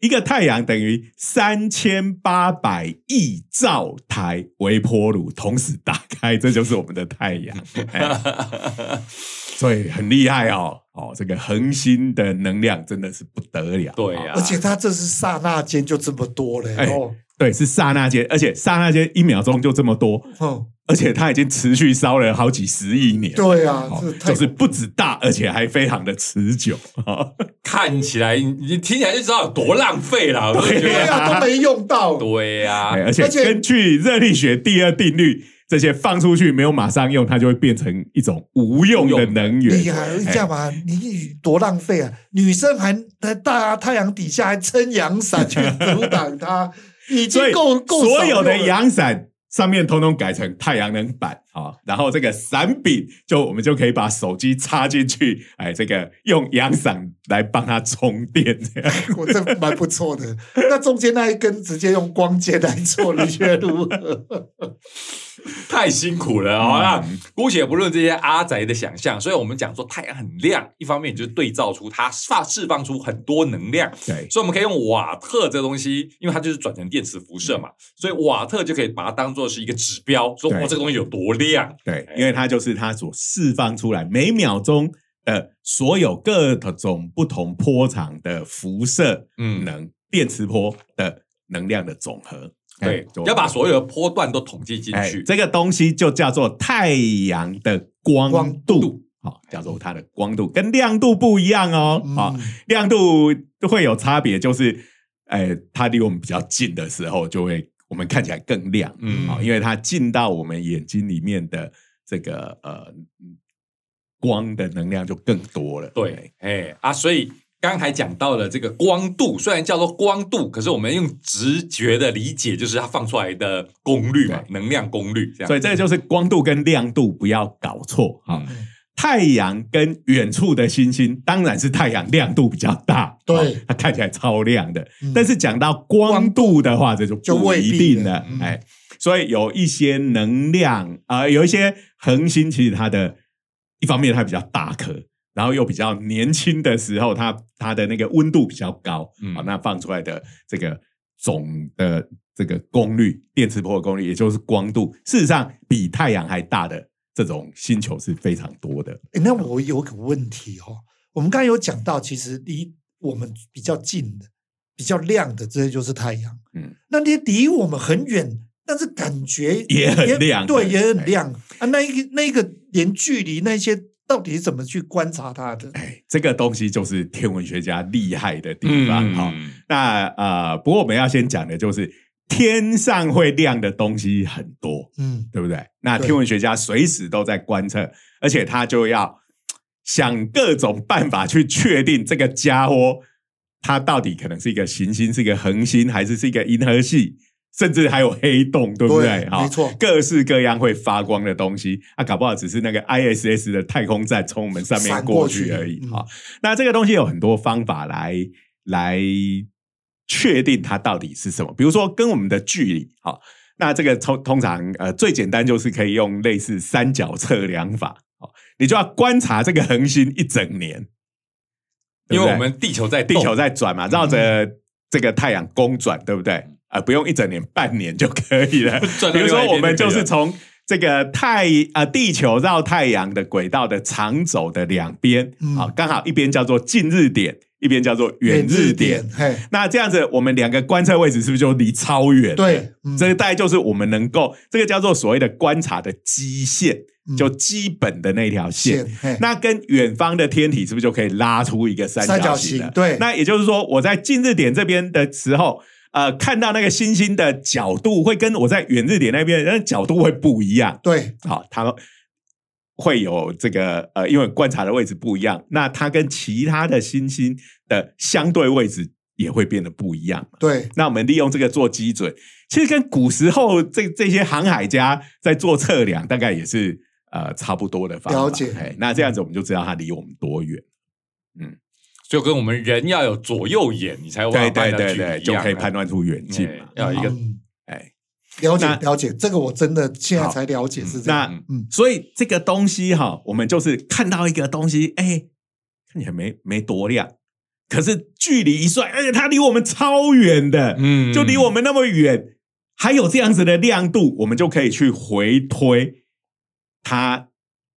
[SPEAKER 1] 一个太阳等于三千八百亿兆台微波炉同时打开，这就是我们的太 阳。哎所以很厉害哦，哦，这个恒星的能量真的是不得了。
[SPEAKER 3] 对
[SPEAKER 1] 哦
[SPEAKER 3] 呀，
[SPEAKER 2] 而且它这是刹那间就这么多了
[SPEAKER 1] 哎
[SPEAKER 2] 哦，
[SPEAKER 1] 对，是刹那间，而且刹那间一秒钟就这么多，
[SPEAKER 2] 嗯，
[SPEAKER 1] 而且它已经持续烧了好几十亿年。
[SPEAKER 2] 对啊
[SPEAKER 1] 哦，
[SPEAKER 2] 这太
[SPEAKER 1] 就是不止大，而且还非常的持久。 哦
[SPEAKER 3] 看起来你你听起来就知道有多浪费了。我就觉
[SPEAKER 2] 对
[SPEAKER 3] 得
[SPEAKER 2] 啊，都没用 到，
[SPEAKER 3] 对啊呀
[SPEAKER 1] 哎，而且
[SPEAKER 2] 啊而且
[SPEAKER 1] 根据热力学第二定律，这些放出去没有马上用，它就会变成一种无用的能
[SPEAKER 2] 你
[SPEAKER 1] 源。哎
[SPEAKER 2] 还干嘛？你多浪费啊！女生还在大太阳底下还撑阳伞去阻 挡它，已
[SPEAKER 1] 所
[SPEAKER 2] 经
[SPEAKER 1] 以
[SPEAKER 2] 够够少
[SPEAKER 1] 所有的
[SPEAKER 2] 用了
[SPEAKER 1] 阳伞上面通通改成太阳能板啊、好然后这个伞柄就我们就可以把手机插进去，哎，这个用阳伞来帮它充电。 这样
[SPEAKER 2] 我这蛮不错的。那中间那一根直接用光剑来做， 你觉得如何？
[SPEAKER 3] 太辛苦了啊、哦！
[SPEAKER 1] 嗯
[SPEAKER 3] 那姑且不论这些阿宅的想象，所以我们讲说太阳很亮，一方面你就对照出它发释放出很多能量，
[SPEAKER 1] 对，
[SPEAKER 3] 所以我们可以用瓦特这东西，因为它就是转成电磁辐射嘛，所以瓦特就可以把它当做是一个指标，说
[SPEAKER 1] 嗯
[SPEAKER 3] 哦
[SPEAKER 1] 对
[SPEAKER 3] 哇这个东西有多亮。
[SPEAKER 1] 对，
[SPEAKER 3] 哎
[SPEAKER 1] 因为它就是它所释放出来每秒钟呃所有各种不同波长的辐射
[SPEAKER 3] 嗯
[SPEAKER 1] 能电磁波的能量的总和。
[SPEAKER 3] 对
[SPEAKER 1] 哎，
[SPEAKER 3] 要把所有的波段都统计进
[SPEAKER 1] 哎
[SPEAKER 3] 去。
[SPEAKER 1] 这个东西就叫做太阳的光
[SPEAKER 2] 光
[SPEAKER 1] 度，好、叫
[SPEAKER 3] 哎
[SPEAKER 1] 做它的光度，跟亮度不一样哦。
[SPEAKER 2] 嗯
[SPEAKER 1] 啊、 亮度会有差别，就是，哎，它离我们比较近的时候，就会我们看起来更亮，
[SPEAKER 3] 嗯
[SPEAKER 1] 啊、因为它进到我们眼睛里面的这个呃光的能量就更多了。
[SPEAKER 3] 对，哎啊，所以刚才讲到了这个光度，虽然叫做光度，可是我们用直觉的理解，就是它放出来的功率嘛，能量功率这样。
[SPEAKER 1] 所以这个就是光度跟亮度不要搞错啊。
[SPEAKER 3] 嗯
[SPEAKER 1] 太阳跟远处的星星，当然是太阳亮度比较大，
[SPEAKER 2] 对
[SPEAKER 1] 哦它看起来超亮的。
[SPEAKER 2] 嗯
[SPEAKER 1] 但是讲到光度的话，这就
[SPEAKER 2] 就
[SPEAKER 1] 不
[SPEAKER 2] 未
[SPEAKER 1] 一
[SPEAKER 2] 必
[SPEAKER 1] 定
[SPEAKER 2] 了
[SPEAKER 1] 了，
[SPEAKER 2] 嗯
[SPEAKER 1] 哎，所以有一些能量啊、呃有一些恒星，其实它的一方面它比较大颗。然后又比较年轻的时候，它它的那个温度比较高，啊、
[SPEAKER 3] 嗯
[SPEAKER 1] 那放出来的这个总的这个功率，电磁波的功率，也就是光度，事实上比太阳还大的这种星球是非常多的。
[SPEAKER 2] 诶那我有个问题哦，我们刚才有讲到，其实离我们比较近的、比较亮的，这些就是太阳。
[SPEAKER 1] 嗯
[SPEAKER 2] 嗯，那离离我们很远，但是感觉
[SPEAKER 1] 也很亮
[SPEAKER 2] 对，也
[SPEAKER 1] 哎
[SPEAKER 2] 很亮啊。那一个那一个连距离那些到底是怎么去观察它的？
[SPEAKER 1] 哎，这个东西就是天文学家厉害的地
[SPEAKER 3] 嗯
[SPEAKER 1] 方哈、那呃，不过我们要先讲的就是天上会亮的东西很多，
[SPEAKER 2] 嗯，
[SPEAKER 1] 对不对？那
[SPEAKER 2] 对
[SPEAKER 1] 天文学家随时都在观测，而且他就要想各种办法去确定这个家伙它到底可能是一个行星、是一个恒星，还是是一个银河系，甚至还有黑洞，对不对？
[SPEAKER 2] 没错。
[SPEAKER 1] 各式各样会发光的东西，啊，搞不好只是那个 ISS 的太空站从我们上面
[SPEAKER 2] 闪
[SPEAKER 1] 过
[SPEAKER 2] 过去
[SPEAKER 1] 去而已
[SPEAKER 2] 嗯
[SPEAKER 1] 啊、那这个东西有很多方法来来确定它到底是什么，比如说跟我们的距离，好、那这个通通常呃最简单就是可以用类似三角测量法，哦，你就要观察这个恒星一整年，对
[SPEAKER 3] 因
[SPEAKER 1] 不
[SPEAKER 3] 为
[SPEAKER 1] 对
[SPEAKER 3] 我们嗯地球在
[SPEAKER 1] 地
[SPEAKER 3] 动
[SPEAKER 1] 球在转嘛，绕着这个太阳公转，对不对？啊、不用一整年，半年就可以了。
[SPEAKER 3] 转
[SPEAKER 1] 比
[SPEAKER 3] 到
[SPEAKER 1] 如
[SPEAKER 3] 另外
[SPEAKER 1] 说，我
[SPEAKER 3] 一边就可以了
[SPEAKER 1] 们就是从这个太啊、地球绕太阳的轨道的长轴的两边，
[SPEAKER 2] 嗯
[SPEAKER 1] 好、刚好一边叫做近日点，一边叫做远日点。
[SPEAKER 2] 嘿，
[SPEAKER 1] 那这样子，我们两个观测位置是不是就离超远？，
[SPEAKER 2] 对，嗯
[SPEAKER 1] 这个大概就是我们能够，这个叫做所谓的观察的基线，
[SPEAKER 2] 嗯
[SPEAKER 1] 就基本的那条线。
[SPEAKER 2] 线，嘿，
[SPEAKER 1] 那跟远方的天体是不是就可以拉出一个三
[SPEAKER 2] 三角
[SPEAKER 1] 形的？
[SPEAKER 2] 形对
[SPEAKER 1] 那也就是说，我在近日点这边的时候，呃，看到那个星星的角度会跟我在远日点那边那角度会不一样。
[SPEAKER 2] 对，
[SPEAKER 1] 好，它会有这个呃，因为观察的位置不一样，那它跟其他的星星的相对位置也会变得不一样。
[SPEAKER 2] 对，
[SPEAKER 1] 那我们利用这个做基准，其实跟古时候这这些航海家在做测量，大概也是呃差不多的方法。
[SPEAKER 2] 了解
[SPEAKER 1] 哎，那这样子我们就知道它离我们多远，
[SPEAKER 3] 就跟我们人要有左右眼，你才有
[SPEAKER 1] 对
[SPEAKER 3] 办
[SPEAKER 1] 对
[SPEAKER 3] 法判断
[SPEAKER 1] 对
[SPEAKER 3] 距离
[SPEAKER 1] 对，
[SPEAKER 3] 一
[SPEAKER 1] 就
[SPEAKER 3] 样啊
[SPEAKER 1] 可以判断出远近嘛
[SPEAKER 3] 哎。要有一个
[SPEAKER 2] 嗯
[SPEAKER 1] 哎，
[SPEAKER 2] 了解
[SPEAKER 1] 那
[SPEAKER 2] 了解，这个我真的现在
[SPEAKER 1] 好
[SPEAKER 2] 才了解是这样。
[SPEAKER 1] 那
[SPEAKER 2] 嗯，
[SPEAKER 1] 所以这个东西哈，我们就是看到一个东西，哎，看起来没没多亮，可是距离一算，而且它离我们超远的，
[SPEAKER 3] 嗯
[SPEAKER 1] 就离我们那么
[SPEAKER 2] 嗯
[SPEAKER 1] 远，还有这样子的亮度，我们就可以去回推它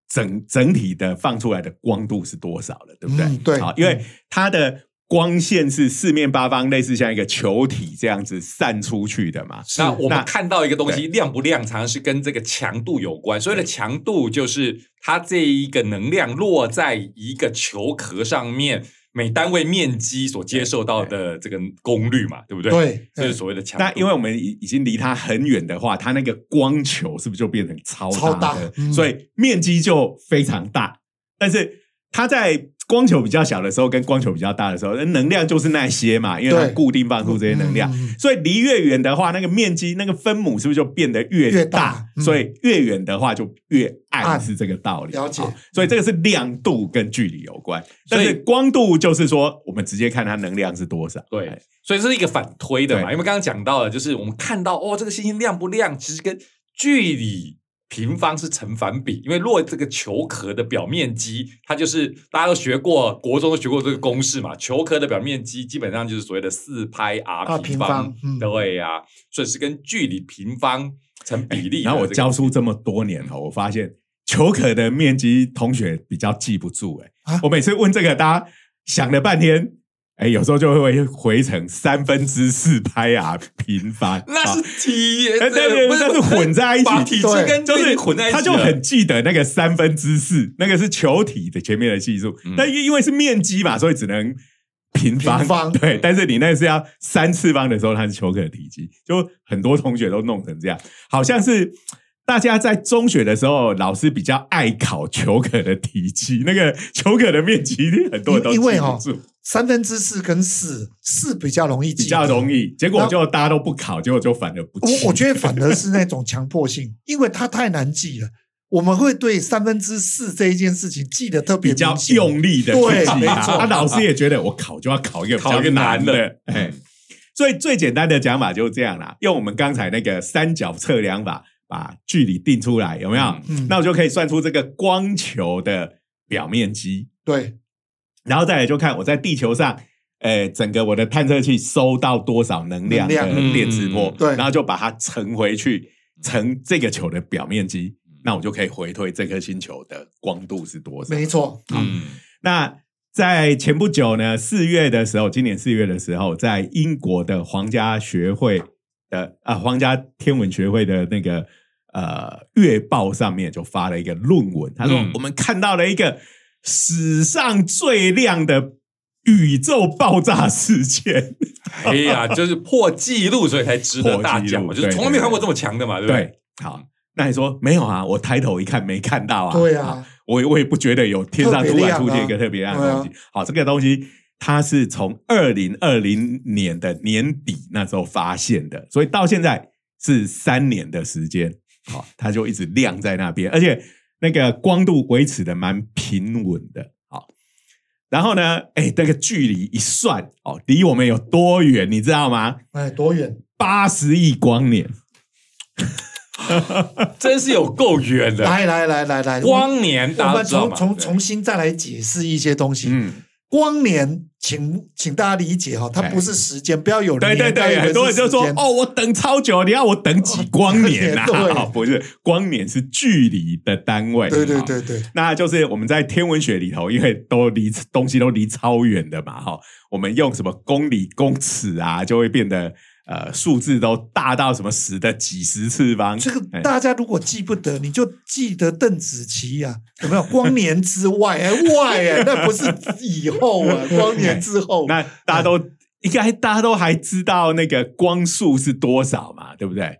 [SPEAKER 1] 整整体的放出来的光度是多少了，对不对？
[SPEAKER 2] 嗯对
[SPEAKER 1] 好，因为
[SPEAKER 2] 嗯
[SPEAKER 1] 它的光线是四面八方，类似像一个球体这样子散出去的嘛。
[SPEAKER 3] 那我
[SPEAKER 1] 那
[SPEAKER 3] 们看到一个东西亮不亮，常常是跟这个强度有关。所谓的强度，就是它这一个能量落在一个球壳上面，每单位面积所接受到的这个功率嘛，对不对？，
[SPEAKER 2] 对，
[SPEAKER 3] 这
[SPEAKER 2] 哎
[SPEAKER 3] 是所谓的强度。
[SPEAKER 1] 那因为我们已已经离它很远的话，它那个光球是不是就变成超
[SPEAKER 2] 超
[SPEAKER 1] 大
[SPEAKER 2] 大
[SPEAKER 1] 的？
[SPEAKER 2] 嗯
[SPEAKER 1] 所以面积就非常大。但是它在光球比较小的时候，跟光球比较大的时候，能量就是那些嘛，因为它
[SPEAKER 2] 对
[SPEAKER 1] 固定放出这些能量。
[SPEAKER 2] 嗯嗯嗯
[SPEAKER 1] 所以离越远的话，那个面积、那个分母是不是就变得越
[SPEAKER 2] 越大嗯
[SPEAKER 1] 所以越远的话就越暗，
[SPEAKER 2] 暗
[SPEAKER 1] 是这个道理。
[SPEAKER 2] 了解嗯
[SPEAKER 1] 好所以这个是亮度跟距离有关，但是
[SPEAKER 3] 所以
[SPEAKER 1] 光度就是说，我们直接看它能量是多少。哎
[SPEAKER 3] 对，所以这是一个反推的嘛。
[SPEAKER 1] 对
[SPEAKER 3] 因为刚刚讲到了，就是我们看到哦，这个星星亮不亮，其实跟距离平方是成反比。因为若这个球壳的表面积，它就是大家都学过，国中都学过这个公式嘛。球壳的表面积基本上就是所谓的四派 r
[SPEAKER 1] 啊
[SPEAKER 2] R
[SPEAKER 3] 平
[SPEAKER 2] 平
[SPEAKER 3] 方
[SPEAKER 2] 方，嗯
[SPEAKER 3] 对呀、所以是跟距离平方成比例的这个、
[SPEAKER 1] 哎然后我教书这么多年哦，我发现球壳的面积同学比较记不住哎、
[SPEAKER 2] 啊
[SPEAKER 1] 我每次问这个，大家想了半天，哎，有时候就会回成三分之四拍啊平方，
[SPEAKER 3] 那是
[SPEAKER 1] 啊
[SPEAKER 3] 体，
[SPEAKER 1] 哎
[SPEAKER 3] 这
[SPEAKER 1] 对
[SPEAKER 3] 个
[SPEAKER 1] 对，
[SPEAKER 3] 不
[SPEAKER 1] 那是混在一
[SPEAKER 3] 把
[SPEAKER 1] 起，
[SPEAKER 3] 体积
[SPEAKER 2] 对
[SPEAKER 3] 跟
[SPEAKER 1] 就
[SPEAKER 3] 面积
[SPEAKER 1] 是
[SPEAKER 3] 混在一起
[SPEAKER 1] 他
[SPEAKER 3] 啊了，
[SPEAKER 1] 就很记得那个三分之四，那个是球体的前面的系数，
[SPEAKER 3] 嗯
[SPEAKER 1] 但因因为是面积嘛，所以只能平方。
[SPEAKER 2] 平方
[SPEAKER 1] 对，但是你那是要三次方的时候，它是球可体积，就很多同学都弄成这样，好像是。大家在中学的时候，老师比较爱考球可的体积，那个球可的面积，很多人都
[SPEAKER 2] 因因为哦
[SPEAKER 1] 记不住
[SPEAKER 2] 三分之四跟四，四比较容易记，
[SPEAKER 1] 比较容
[SPEAKER 2] 易。
[SPEAKER 1] 易。结果就大家都不考，结果就反而不记。
[SPEAKER 2] 我我觉得反而是那种强迫性， 因为它太难记了。我们会对三分之四这一件事情记得特别
[SPEAKER 1] 比较
[SPEAKER 2] 明显
[SPEAKER 1] 用力的去
[SPEAKER 2] 对
[SPEAKER 1] 记
[SPEAKER 2] 没
[SPEAKER 1] 它。
[SPEAKER 2] 错
[SPEAKER 1] 他老师也觉得我考就要考一个比较
[SPEAKER 3] 考一个
[SPEAKER 1] 难
[SPEAKER 3] 难的
[SPEAKER 1] 的，哎，所以最简单的讲法就是这样啦，用我们刚才那个三角测量法把距离定出来，有没有？
[SPEAKER 2] 嗯，
[SPEAKER 1] 那我就可以算出这个光球的表面积，
[SPEAKER 2] 对
[SPEAKER 1] 然后再来就看我在地球上。呃，整个我的探测器收到多少能量的
[SPEAKER 2] 能
[SPEAKER 3] 量
[SPEAKER 1] 电磁波，
[SPEAKER 3] 嗯
[SPEAKER 2] 对
[SPEAKER 1] 然后就把它乘回去，乘这个球的表面积，那我就可以回推这颗星球的光度是多少。
[SPEAKER 2] 没错，
[SPEAKER 3] 嗯
[SPEAKER 1] 那在前不久呢，四月的时候，今年四月的时候，在英国的皇家学会的啊、皇家天文学会的那个呃月报上面就发了一个论文，他说、
[SPEAKER 3] 嗯
[SPEAKER 1] 我们看到了一个史上最亮的宇宙爆炸事件。
[SPEAKER 3] 哎呀，就是破纪录，所以才值得大奖嘛，
[SPEAKER 1] 啊破纪录
[SPEAKER 3] 就是从来没有看过这么强的嘛，对不对？
[SPEAKER 1] 对，好，那你说没有啊？我抬头一看没看到啊？
[SPEAKER 2] 对
[SPEAKER 1] 好
[SPEAKER 2] 啊，
[SPEAKER 1] 我也我也不觉得有天上突然出现一个特别
[SPEAKER 2] 特别
[SPEAKER 1] 亮
[SPEAKER 2] 亮啊
[SPEAKER 1] 的东西。好，这个东西它是从二零二零年的年底那时候发现的，所以到现在是三年的时间。好，它就一直亮在那边，而且那个光度维持的蛮平稳的。好，然后呢，哎，那个距离一算，哦，离我们有多远，你知道吗？
[SPEAKER 2] 哎，多远？
[SPEAKER 1] 八十亿光年。
[SPEAKER 3] 真是有够远
[SPEAKER 1] 哎
[SPEAKER 3] 的。
[SPEAKER 2] 来来来来来，我们
[SPEAKER 3] 光年
[SPEAKER 2] 我
[SPEAKER 3] 大家
[SPEAKER 2] 们
[SPEAKER 3] 知
[SPEAKER 2] 从
[SPEAKER 3] 道吗？
[SPEAKER 2] 从
[SPEAKER 3] 对
[SPEAKER 2] 重新再来解释一些东西。
[SPEAKER 1] 嗯，
[SPEAKER 2] 光年，请请大家理解哈、哦，它
[SPEAKER 1] 哎
[SPEAKER 2] 不是时间，不要有人
[SPEAKER 1] 对对
[SPEAKER 2] 年代以
[SPEAKER 1] 对，
[SPEAKER 2] 为
[SPEAKER 1] 很多人
[SPEAKER 2] 是
[SPEAKER 1] 就
[SPEAKER 2] 时
[SPEAKER 1] 说
[SPEAKER 2] 间
[SPEAKER 1] 哦，我等超久，你要我等几光年呐、
[SPEAKER 2] 哦对
[SPEAKER 1] 啊？不是，光年是距离的单位。
[SPEAKER 2] 对对
[SPEAKER 1] 好
[SPEAKER 2] 对对，
[SPEAKER 1] 那就是我们在天文学里头，因为都离东西都离超远的嘛，哈，我们用什么公里、公尺啊，就会变得呃数字都大到什么十的几十次方。
[SPEAKER 2] 这个
[SPEAKER 1] 哎
[SPEAKER 2] 大家如果记不得，你就记得邓紫棋呀、有没有？ 光年之外，哎外哎，那不是以 后啊，光年之后。
[SPEAKER 1] 哎那大家都应该大家都还知道那个光速是多少嘛，对不对？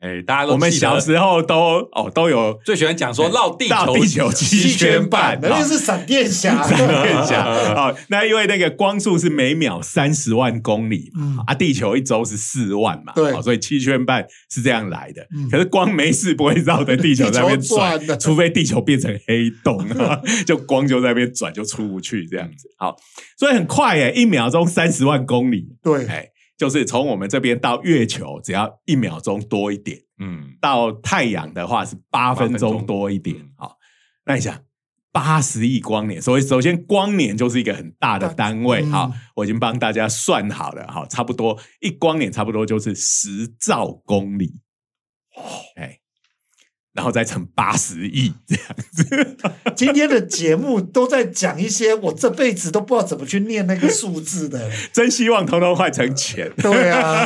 [SPEAKER 3] 哎，大家都
[SPEAKER 1] 我们
[SPEAKER 3] 记得
[SPEAKER 1] 小时候都哦都有
[SPEAKER 3] 最喜欢讲说绕地
[SPEAKER 1] 到
[SPEAKER 3] 球，
[SPEAKER 1] 地球七圈半，
[SPEAKER 2] 那就是闪 电侠。
[SPEAKER 1] 变强哦，那因为那个光速是每秒三十万公里嘛，
[SPEAKER 2] 嗯
[SPEAKER 1] 啊，地球一周是四万嘛，
[SPEAKER 2] 对
[SPEAKER 1] 好所以七圈半是这样来的。
[SPEAKER 2] 嗯
[SPEAKER 1] 可是光没事不会绕着地球在那边
[SPEAKER 2] 地球
[SPEAKER 1] 转
[SPEAKER 2] 转的，
[SPEAKER 1] 除非地球变成黑洞啊， 就光就在那边转就出不去这样子。好，所以很快诶、一秒钟三十万公里，
[SPEAKER 2] 对，
[SPEAKER 1] 哎，就是从我们这边到月球只要一秒钟多一点。
[SPEAKER 3] 嗯，
[SPEAKER 1] 到太阳的话是八分
[SPEAKER 3] 八分
[SPEAKER 1] 钟
[SPEAKER 3] 钟
[SPEAKER 1] 多一点
[SPEAKER 3] 嗯。
[SPEAKER 1] 好，那你想八十亿光年，所以首先光年就是一个很大的单位。
[SPEAKER 2] 嗯
[SPEAKER 1] 好，我已经帮大家算好了，好，差不多一光年差不多就是十兆公里。哎，然后再乘八十亿 这样子。
[SPEAKER 2] 今天的节目都在讲一些我这辈子都不知道怎么去念那个数字 的。
[SPEAKER 1] 真希望通通换成钱。
[SPEAKER 2] 对啊，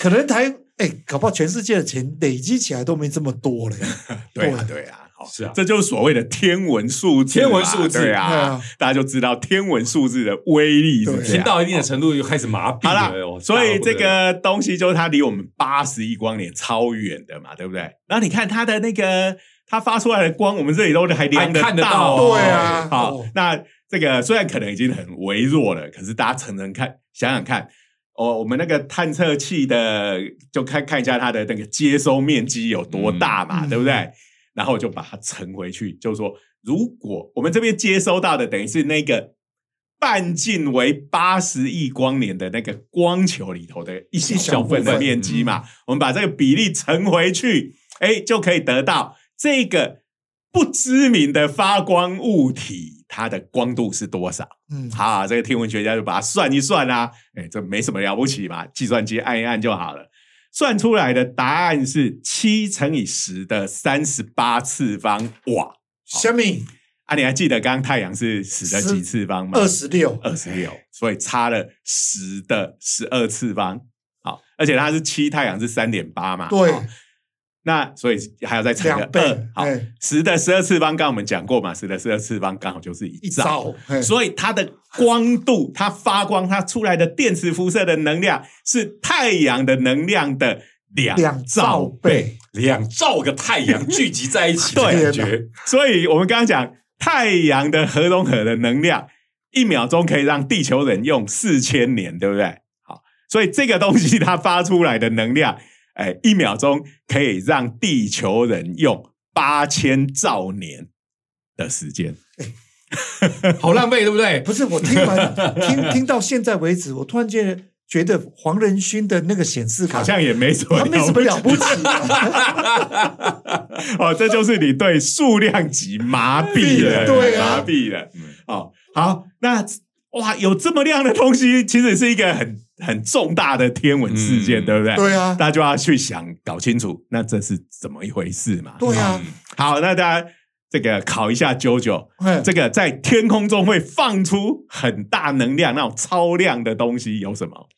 [SPEAKER 2] 可能台哎，搞不好全世界的钱累积起来都没这么多嘞。
[SPEAKER 1] 对啊，对啊，好
[SPEAKER 3] 是啊
[SPEAKER 1] 这就是所谓的天文数字嘛，
[SPEAKER 3] 天文数字
[SPEAKER 1] 对
[SPEAKER 2] 对
[SPEAKER 1] 啊
[SPEAKER 2] 啊，
[SPEAKER 1] 大家就知道天文数字的威力是
[SPEAKER 2] 对
[SPEAKER 1] 这
[SPEAKER 3] 听
[SPEAKER 1] 样。
[SPEAKER 3] 到一定的程度就开始麻痹
[SPEAKER 1] 好啦
[SPEAKER 3] 了。哦，
[SPEAKER 1] 所以这
[SPEAKER 3] 大到
[SPEAKER 1] 个东西就是它离我们八十亿光年超远的嘛，对不对？然后你看它的那个，它发出来的光，我们这里都还量
[SPEAKER 3] 还看得
[SPEAKER 1] 到
[SPEAKER 3] 到
[SPEAKER 1] 哦、
[SPEAKER 2] 对啊
[SPEAKER 1] 好，
[SPEAKER 2] 哦
[SPEAKER 1] 那这个虽然可能已经很微弱了，可是大家层层看，想想看。哦，我们那个探测器的，就看看一下它的那个接收面积有多大嘛，
[SPEAKER 2] 嗯
[SPEAKER 1] 对不对？然后我就把它乘回去，就是说，如果我们这边接收到的等于是那个半径为八十亿光年的那个光球里头的一小部分嗯的面积嘛，我们把这个比例乘回去，哎，就可以得到这个不知名的发光物体它的光度是多少。
[SPEAKER 2] 嗯，
[SPEAKER 1] 好、这个天文学家就把它算一算啦、哎，这没什么了不起嘛，计算机按一按就好了。算出来的答案是七乘以十的三十八次方瓦
[SPEAKER 2] 虾米
[SPEAKER 1] 啊！你还记得刚刚太阳是十的几次方吗？
[SPEAKER 2] 二十六，
[SPEAKER 1] 二十六，所以差了十的十二次方。好，而且它是七，太阳是三点八嘛。
[SPEAKER 2] 对
[SPEAKER 1] 好那所以还要再乘
[SPEAKER 2] 两
[SPEAKER 1] 个
[SPEAKER 2] 倍
[SPEAKER 1] 二。，嗯好，
[SPEAKER 2] 哎，
[SPEAKER 1] 十的十二次方，刚刚我们讲过嘛，十的十二次方刚好就是
[SPEAKER 2] 一
[SPEAKER 1] 一兆。
[SPEAKER 2] 兆，哎
[SPEAKER 1] 所以它的光度，它发光，它出来的电磁辐射的能量是太阳的能量的两
[SPEAKER 2] 两
[SPEAKER 1] 兆
[SPEAKER 2] 兆
[SPEAKER 1] 倍。
[SPEAKER 2] 倍，
[SPEAKER 3] 两兆个太阳聚集在一起的
[SPEAKER 1] 对
[SPEAKER 3] 感觉，
[SPEAKER 1] 所以我们刚刚讲，太阳的核融合的能量，一秒钟可以让地球人用四千年，对不对？好，所以这个东西它发出来的能量，哎，一秒钟可以让地球人用八千兆年的时间。
[SPEAKER 3] 好浪费，对不对？
[SPEAKER 2] 不是我听 完听听到现在为止，我突然间觉得黄仁勋的那个显示卡
[SPEAKER 1] 好像也没什么
[SPEAKER 2] 他哦没
[SPEAKER 1] 了
[SPEAKER 2] 什
[SPEAKER 1] 不
[SPEAKER 2] 么
[SPEAKER 1] 起
[SPEAKER 2] 了不起啊，
[SPEAKER 1] 哦，这就是你对数量级麻痹了，
[SPEAKER 2] 对啊
[SPEAKER 1] 麻痹了
[SPEAKER 3] 嗯。
[SPEAKER 1] 哦，好，那哇，有这么亮的东西，其实是一个很很重大的天文事件，
[SPEAKER 3] 嗯
[SPEAKER 1] 对不对？
[SPEAKER 2] 对啊，
[SPEAKER 1] 大家就要去想搞清楚，那这是怎么一回事嘛？
[SPEAKER 2] 对啊，
[SPEAKER 1] 好，那大家这个考一下啾啾，
[SPEAKER 2] 哎
[SPEAKER 1] 这个在天空中会放出很大能量、那种超亮的东西有什么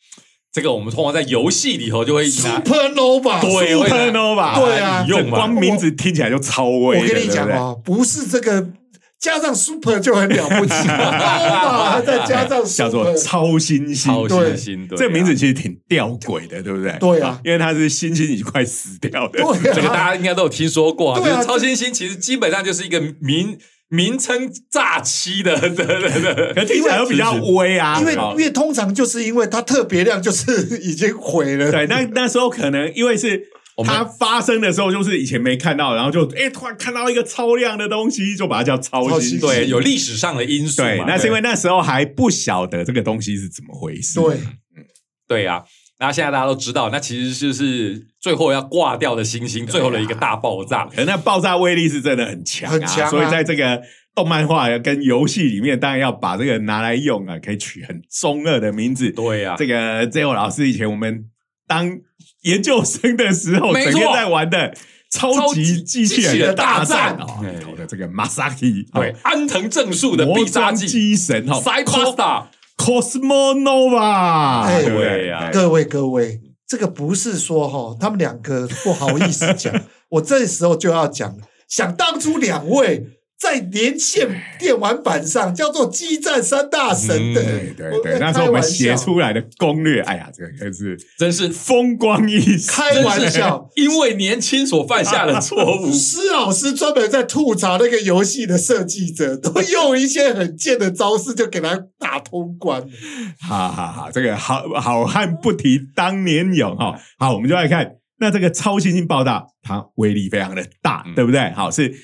[SPEAKER 3] 这个我们通常在游戏里头就会拿，
[SPEAKER 2] supernova，
[SPEAKER 3] 对会拿
[SPEAKER 1] ？Supernova，
[SPEAKER 2] 对啊
[SPEAKER 3] 用
[SPEAKER 1] 这
[SPEAKER 3] 嘛
[SPEAKER 1] 光名字听起来就超威
[SPEAKER 2] 我
[SPEAKER 1] 的。
[SPEAKER 2] 跟
[SPEAKER 1] 对
[SPEAKER 2] 你讲
[SPEAKER 1] 不对
[SPEAKER 2] 哦，不是这个加上 super 就很了 不起，nova 再加上 super,
[SPEAKER 1] 叫做超新星。
[SPEAKER 3] 超
[SPEAKER 2] 对
[SPEAKER 3] 新星，对啊
[SPEAKER 1] 这个名字其实挺吊诡的，对不对？
[SPEAKER 2] 对啊
[SPEAKER 1] 因为它是星星已经快死掉的。
[SPEAKER 2] 对啊
[SPEAKER 3] 这个大家应该都有听说过啊，就
[SPEAKER 2] 对啊
[SPEAKER 3] 是超新星其实基本上就是一个名名称诈欺的， 对对对
[SPEAKER 1] 可
[SPEAKER 3] 对
[SPEAKER 1] 是听起来又比较威啊，
[SPEAKER 2] 因为
[SPEAKER 1] 好
[SPEAKER 2] 因为通常就是因为它特别亮，就是已经毁了。
[SPEAKER 1] 对，那那时候可能因为是
[SPEAKER 3] 我们
[SPEAKER 1] 它发生的时候，就是以前没看到，然后就哎、突然看到一个超亮的东西，就把它叫超
[SPEAKER 2] 超
[SPEAKER 1] 新
[SPEAKER 2] 新
[SPEAKER 1] 星。
[SPEAKER 2] 星
[SPEAKER 3] 对，有历史上的因素嘛，
[SPEAKER 1] 对，那是因为那时候还不晓得这个东西是怎么回事。
[SPEAKER 2] 对，
[SPEAKER 3] 对啊，那现在大家都知道，那其实就是最后要挂掉的行星，最后的一个
[SPEAKER 1] 啊
[SPEAKER 3] 大爆炸。
[SPEAKER 1] 可能那爆炸威力是真的很强、啊，
[SPEAKER 2] 很强啊
[SPEAKER 1] 所以在这个动漫画跟游戏里面，当然要把这个拿来用啊，可以取很中二的名字。
[SPEAKER 3] 对呀、啊，
[SPEAKER 1] 这个 z e o 老师以前我们当研究生的时候，
[SPEAKER 3] 没
[SPEAKER 1] 整
[SPEAKER 3] 错
[SPEAKER 1] 天在玩的超级机器人的大战
[SPEAKER 3] 超
[SPEAKER 1] 哦
[SPEAKER 3] 级机器人大战，
[SPEAKER 1] 搞的这个 Masaki
[SPEAKER 3] 对
[SPEAKER 1] 哦，
[SPEAKER 3] 安藤正树的必
[SPEAKER 1] 魔
[SPEAKER 3] 杀
[SPEAKER 1] 装
[SPEAKER 3] 技
[SPEAKER 1] 机神哦哈
[SPEAKER 3] c y b e s t a r
[SPEAKER 1] Cosmonova，
[SPEAKER 2] 哎
[SPEAKER 1] 对不
[SPEAKER 3] 对
[SPEAKER 1] 对
[SPEAKER 3] 呀
[SPEAKER 2] 各位各位，这个不是说哈，他们两个不好意思讲，我这时候就要讲了。想当初两位在连线电玩版上叫做激战三大神的，
[SPEAKER 3] 嗯
[SPEAKER 1] 对对
[SPEAKER 2] 我在
[SPEAKER 1] 对，那时候我
[SPEAKER 2] 开
[SPEAKER 1] 们
[SPEAKER 2] 玩
[SPEAKER 1] 写
[SPEAKER 2] 笑
[SPEAKER 1] 出来的攻略，哎呀，这个真是
[SPEAKER 3] 真是
[SPEAKER 1] 风光一时，
[SPEAKER 2] 开玩笑。。
[SPEAKER 3] 因为年轻所犯下的错误
[SPEAKER 2] 施老师专门在吐槽那个游戏的设计者，都用一些很贱的招式就给他打通关了。
[SPEAKER 1] 哈哈哈！这个好好汉不提当年勇哈、哦。好，我们就来看，那这个超新星爆炸，它威力非常的大，
[SPEAKER 3] 嗯
[SPEAKER 1] 对不对？好，是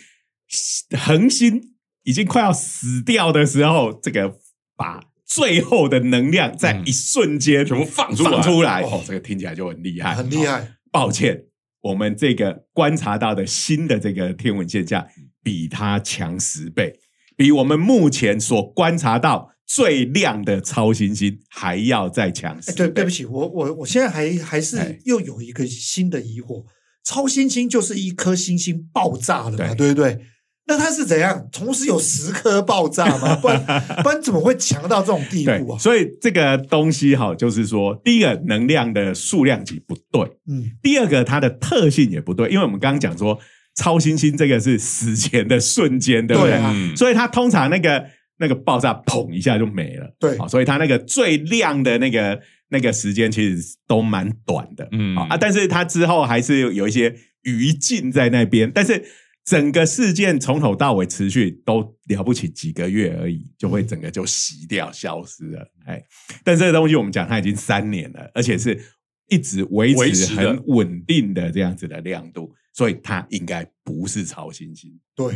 [SPEAKER 1] 恒星已经快要死掉的时候，这个把最后的能量在一瞬间、
[SPEAKER 3] 全部放出
[SPEAKER 1] 嗯
[SPEAKER 3] 来
[SPEAKER 1] 放出来。
[SPEAKER 2] 哦
[SPEAKER 1] 哦，这个听起来就很厉害，
[SPEAKER 2] 很厉
[SPEAKER 1] 好。
[SPEAKER 2] 害，
[SPEAKER 1] 抱歉，我们这个观察到的新的这个天文现象，比它强十倍，比我们目前所观察到最亮的超新星还要再强十
[SPEAKER 2] 哎，
[SPEAKER 1] 倍。
[SPEAKER 2] 对，对不起，我我我现在还还是
[SPEAKER 1] 哎
[SPEAKER 2] 又有一个新的疑惑：超新星就是一颗星星爆炸了嘛，对不对？那它是怎样？同时有十颗爆炸吗？ 不然不然怎么会强到这种地
[SPEAKER 1] 对
[SPEAKER 2] 步啊？
[SPEAKER 1] 所以这个东西哈，就是说，第一个能量的数量级不对，
[SPEAKER 2] 嗯，
[SPEAKER 1] 第二个它的特性也不对，因为我们刚刚讲说超新星这个是死前的瞬间，对不对？
[SPEAKER 2] 对啊
[SPEAKER 3] 嗯，
[SPEAKER 1] 所以它通常那个那个爆炸砰一下就没了。
[SPEAKER 2] 对
[SPEAKER 1] 好，所以它那个最亮的那个那个时间其实都蛮短的，
[SPEAKER 3] 嗯
[SPEAKER 1] 嗯啊，但是它之后还是有一些余烬在那边，但是整个事件从头到尾持续都了不起几个月而已，就会整个就熄掉消失了，
[SPEAKER 3] 嗯
[SPEAKER 1] 哎，但这个东西我们讲它已经三年了，而且是一直维
[SPEAKER 3] 维
[SPEAKER 1] 持
[SPEAKER 3] 持的
[SPEAKER 1] 很稳定的这样子的亮度，所以它应该不是超新星。
[SPEAKER 2] 对。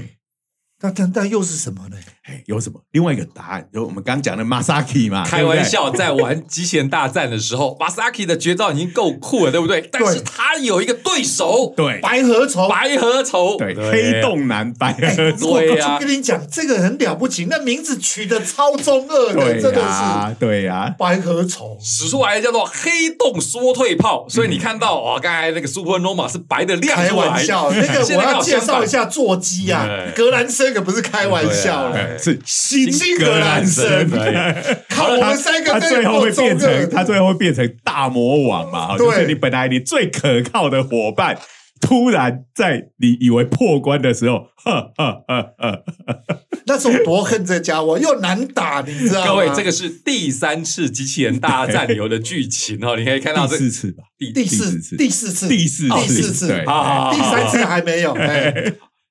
[SPEAKER 2] 那但但又是什么呢？
[SPEAKER 1] 哎，有什么？另外一个答案，有我们刚讲的 Masaki 嘛，
[SPEAKER 3] 开
[SPEAKER 1] 对不对
[SPEAKER 3] 玩，笑，在玩机器人大战的时候，Masaki 的绝招已经够酷了，对不对？但是他有一个对手，
[SPEAKER 1] 对
[SPEAKER 2] 白河虫，
[SPEAKER 3] 白河啊愁，
[SPEAKER 1] 对，黑
[SPEAKER 3] 洞。
[SPEAKER 1] 洞男白
[SPEAKER 2] 哎
[SPEAKER 1] 儿子，
[SPEAKER 2] 我
[SPEAKER 3] 对呀
[SPEAKER 2] 我跟你讲，这个很了不起，那名字取得超中二的，真
[SPEAKER 1] 对
[SPEAKER 2] 的
[SPEAKER 1] 呀
[SPEAKER 2] 是，
[SPEAKER 1] 对呀，
[SPEAKER 2] 白河虫。
[SPEAKER 3] 使出来叫做黑洞缩退炮，所以你看到哦，刚才那个 Supernova 是白的亮
[SPEAKER 2] 开
[SPEAKER 3] 出来
[SPEAKER 2] 玩， 笑，那个
[SPEAKER 3] 现
[SPEAKER 2] 我
[SPEAKER 3] 在刚
[SPEAKER 2] 要
[SPEAKER 3] 好
[SPEAKER 2] 介
[SPEAKER 3] 相
[SPEAKER 2] 绍
[SPEAKER 3] 反
[SPEAKER 2] 一下座机啊
[SPEAKER 3] 对，
[SPEAKER 2] 格兰森可不是开玩笑
[SPEAKER 3] 对
[SPEAKER 2] 了
[SPEAKER 3] 啊。
[SPEAKER 1] 呃是新格兰森。
[SPEAKER 3] 对
[SPEAKER 2] 靠，我们三个
[SPEAKER 1] 他
[SPEAKER 2] 真的
[SPEAKER 1] 最后会
[SPEAKER 2] 够中
[SPEAKER 1] 变
[SPEAKER 2] 二的
[SPEAKER 1] 成，他最后会变成大魔王嘛？哈
[SPEAKER 2] 对
[SPEAKER 1] 就是你本来你最可靠的伙伴，突然在你以为破关的时候，呵呵呵呵，
[SPEAKER 2] 那时候我多恨这家伙，又难打，你知道吗？
[SPEAKER 3] 各位，这个是第三次机器人大战流的剧情哦，你可以看到
[SPEAKER 1] 第
[SPEAKER 3] 这
[SPEAKER 1] 四次吧，
[SPEAKER 2] 第
[SPEAKER 1] 第四
[SPEAKER 2] 四
[SPEAKER 1] 次
[SPEAKER 2] 第四次
[SPEAKER 1] 第四
[SPEAKER 2] 第四
[SPEAKER 1] 次，
[SPEAKER 2] 次
[SPEAKER 1] 对，
[SPEAKER 3] 好好好
[SPEAKER 2] 第三次还没有，哎，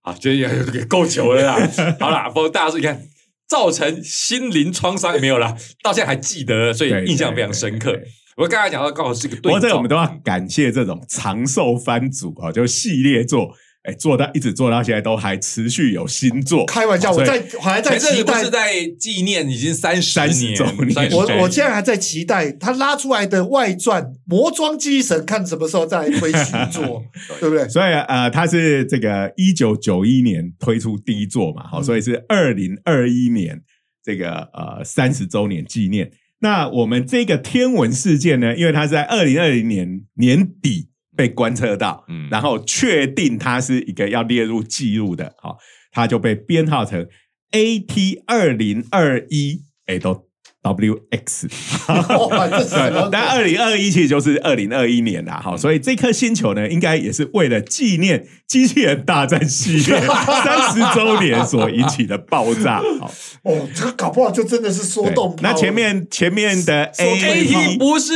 [SPEAKER 3] 啊，这也够久了啦。好啦，不过大家注意看，造成心灵创伤也没有啦，到现在还记得，所以
[SPEAKER 1] 对
[SPEAKER 3] 印象非常深
[SPEAKER 1] 对
[SPEAKER 3] 刻
[SPEAKER 1] 对对。
[SPEAKER 3] 我刚才讲到，刚好是一个
[SPEAKER 1] 不
[SPEAKER 3] 对
[SPEAKER 1] 过这个
[SPEAKER 3] 照
[SPEAKER 1] 我们，都要感谢这种长寿番组啊，就系列作，哎，做到一直做到现在都还持续有新作。
[SPEAKER 2] 开玩笑，
[SPEAKER 1] 所
[SPEAKER 2] 我
[SPEAKER 1] 以
[SPEAKER 2] 在我还在
[SPEAKER 3] 前阵
[SPEAKER 2] 期
[SPEAKER 3] 子不
[SPEAKER 2] 待，
[SPEAKER 3] 是在纪念已经三十
[SPEAKER 1] 30周年
[SPEAKER 2] 我
[SPEAKER 1] 对
[SPEAKER 2] 我现在还在期待他拉出来的外传《魔装机神》，看什么时候再来推续 作，对不对？
[SPEAKER 1] 所以呃，它是这个一九九一年推出第一作嘛，好、
[SPEAKER 2] 嗯
[SPEAKER 1] 所以是二零二一年这个呃三十周年纪念。那我们这个天文事件呢，因为它是在二零二零年年底被观测到，
[SPEAKER 3] 嗯
[SPEAKER 1] 然后确定它是一个要列入记录的，好、它就被编号成 AT 二零二一，哎，都 WX。
[SPEAKER 2] 哇，哦这是什么
[SPEAKER 1] 对，但二零二一其实就是二零二一年啦，
[SPEAKER 2] 嗯
[SPEAKER 1] 哈，所以这颗星球呢，应该也是为了纪念《机器人大战》系 列三十周年所引起的爆炸。好，
[SPEAKER 2] 哦，这个搞不好就真的是说
[SPEAKER 1] 对
[SPEAKER 2] 动炮。
[SPEAKER 1] 那前面前面的 A
[SPEAKER 2] 说对
[SPEAKER 3] AT 不是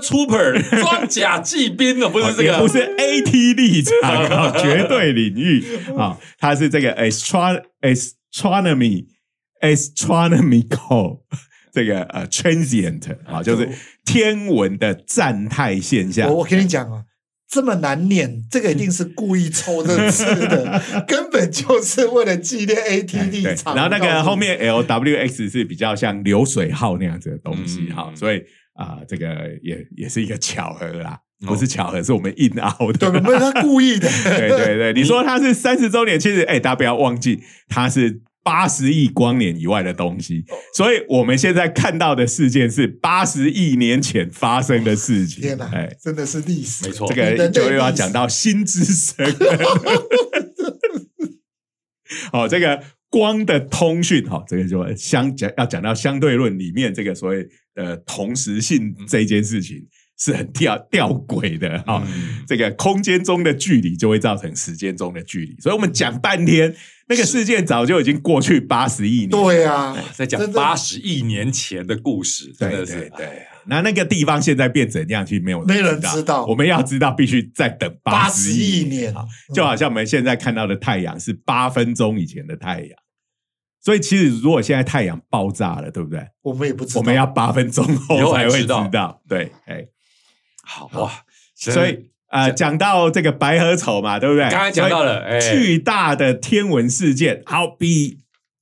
[SPEAKER 3] Trooper 装甲骑兵啊的，不是这
[SPEAKER 1] 哦也
[SPEAKER 3] 个，
[SPEAKER 1] 不是 AT 立场 啊，绝对领域啊，它是这个 astron astronomy astronomical 这个呃 transient 啊，就是天文的暂态现象
[SPEAKER 2] 我。我跟你讲啊，这么难念，这个一定是故意抽这个字 的，根本就是为了纪念 AT 立
[SPEAKER 1] 哎对，
[SPEAKER 2] 场。
[SPEAKER 1] 然后那
[SPEAKER 2] 我告诉
[SPEAKER 1] 个
[SPEAKER 2] 你
[SPEAKER 1] 后面 LWX 是比较像流水号那样子的东西
[SPEAKER 3] 嗯
[SPEAKER 1] 哈，所以啊、这个也也是一个巧合啦，
[SPEAKER 3] 哦
[SPEAKER 1] 不是巧合，是我们硬凹的。
[SPEAKER 2] 对，不是他故意的，
[SPEAKER 1] 对对对，你说它是三十周年，其实哎，大家不要忘记，它是八十亿光年以外的东西，所以我们现在看到的事件是八十亿年前发生的事情。
[SPEAKER 2] 天哪
[SPEAKER 1] 哎，，
[SPEAKER 2] 真的是历史，
[SPEAKER 3] 没错
[SPEAKER 1] 这个就又要讲到心之神。 好，哦这个光的通讯，好，这个就相讲要讲到相对论里面这个所谓的同时性
[SPEAKER 2] 嗯
[SPEAKER 1] 这件事情是很吊吊诡的哈。
[SPEAKER 3] 嗯
[SPEAKER 1] 这个空间中的距离就会造成时间中的距离，所以我们讲半天，那个事件早就已经过去八十亿年。
[SPEAKER 2] 嗯对啊，
[SPEAKER 1] 哎
[SPEAKER 3] 在讲
[SPEAKER 2] 真的
[SPEAKER 3] 八十亿年前的故事，真
[SPEAKER 1] 对
[SPEAKER 3] 的
[SPEAKER 1] 对
[SPEAKER 3] 是哎
[SPEAKER 1] 对，那那个地方现在变怎样，其实没有
[SPEAKER 2] 没人知道
[SPEAKER 1] 我们要知道，必须再等
[SPEAKER 2] 八
[SPEAKER 1] 十啊
[SPEAKER 2] 十亿年
[SPEAKER 1] 好，
[SPEAKER 3] 嗯
[SPEAKER 1] 就好像我们现在看到的太阳是八分钟以前的太阳，所以其实如果现在太阳爆炸了，对不对？
[SPEAKER 2] 我们也不知道，
[SPEAKER 1] 我们要八分钟
[SPEAKER 3] 以
[SPEAKER 1] 后
[SPEAKER 3] 后
[SPEAKER 1] 才
[SPEAKER 3] 才
[SPEAKER 1] 会知
[SPEAKER 3] 知道
[SPEAKER 1] 道。对，哎，
[SPEAKER 3] 好啊哇，
[SPEAKER 1] 所以呃，讲到这个白河丑嘛，对不对？
[SPEAKER 3] 刚才讲到了，哎，
[SPEAKER 1] 巨大的天文事件，好比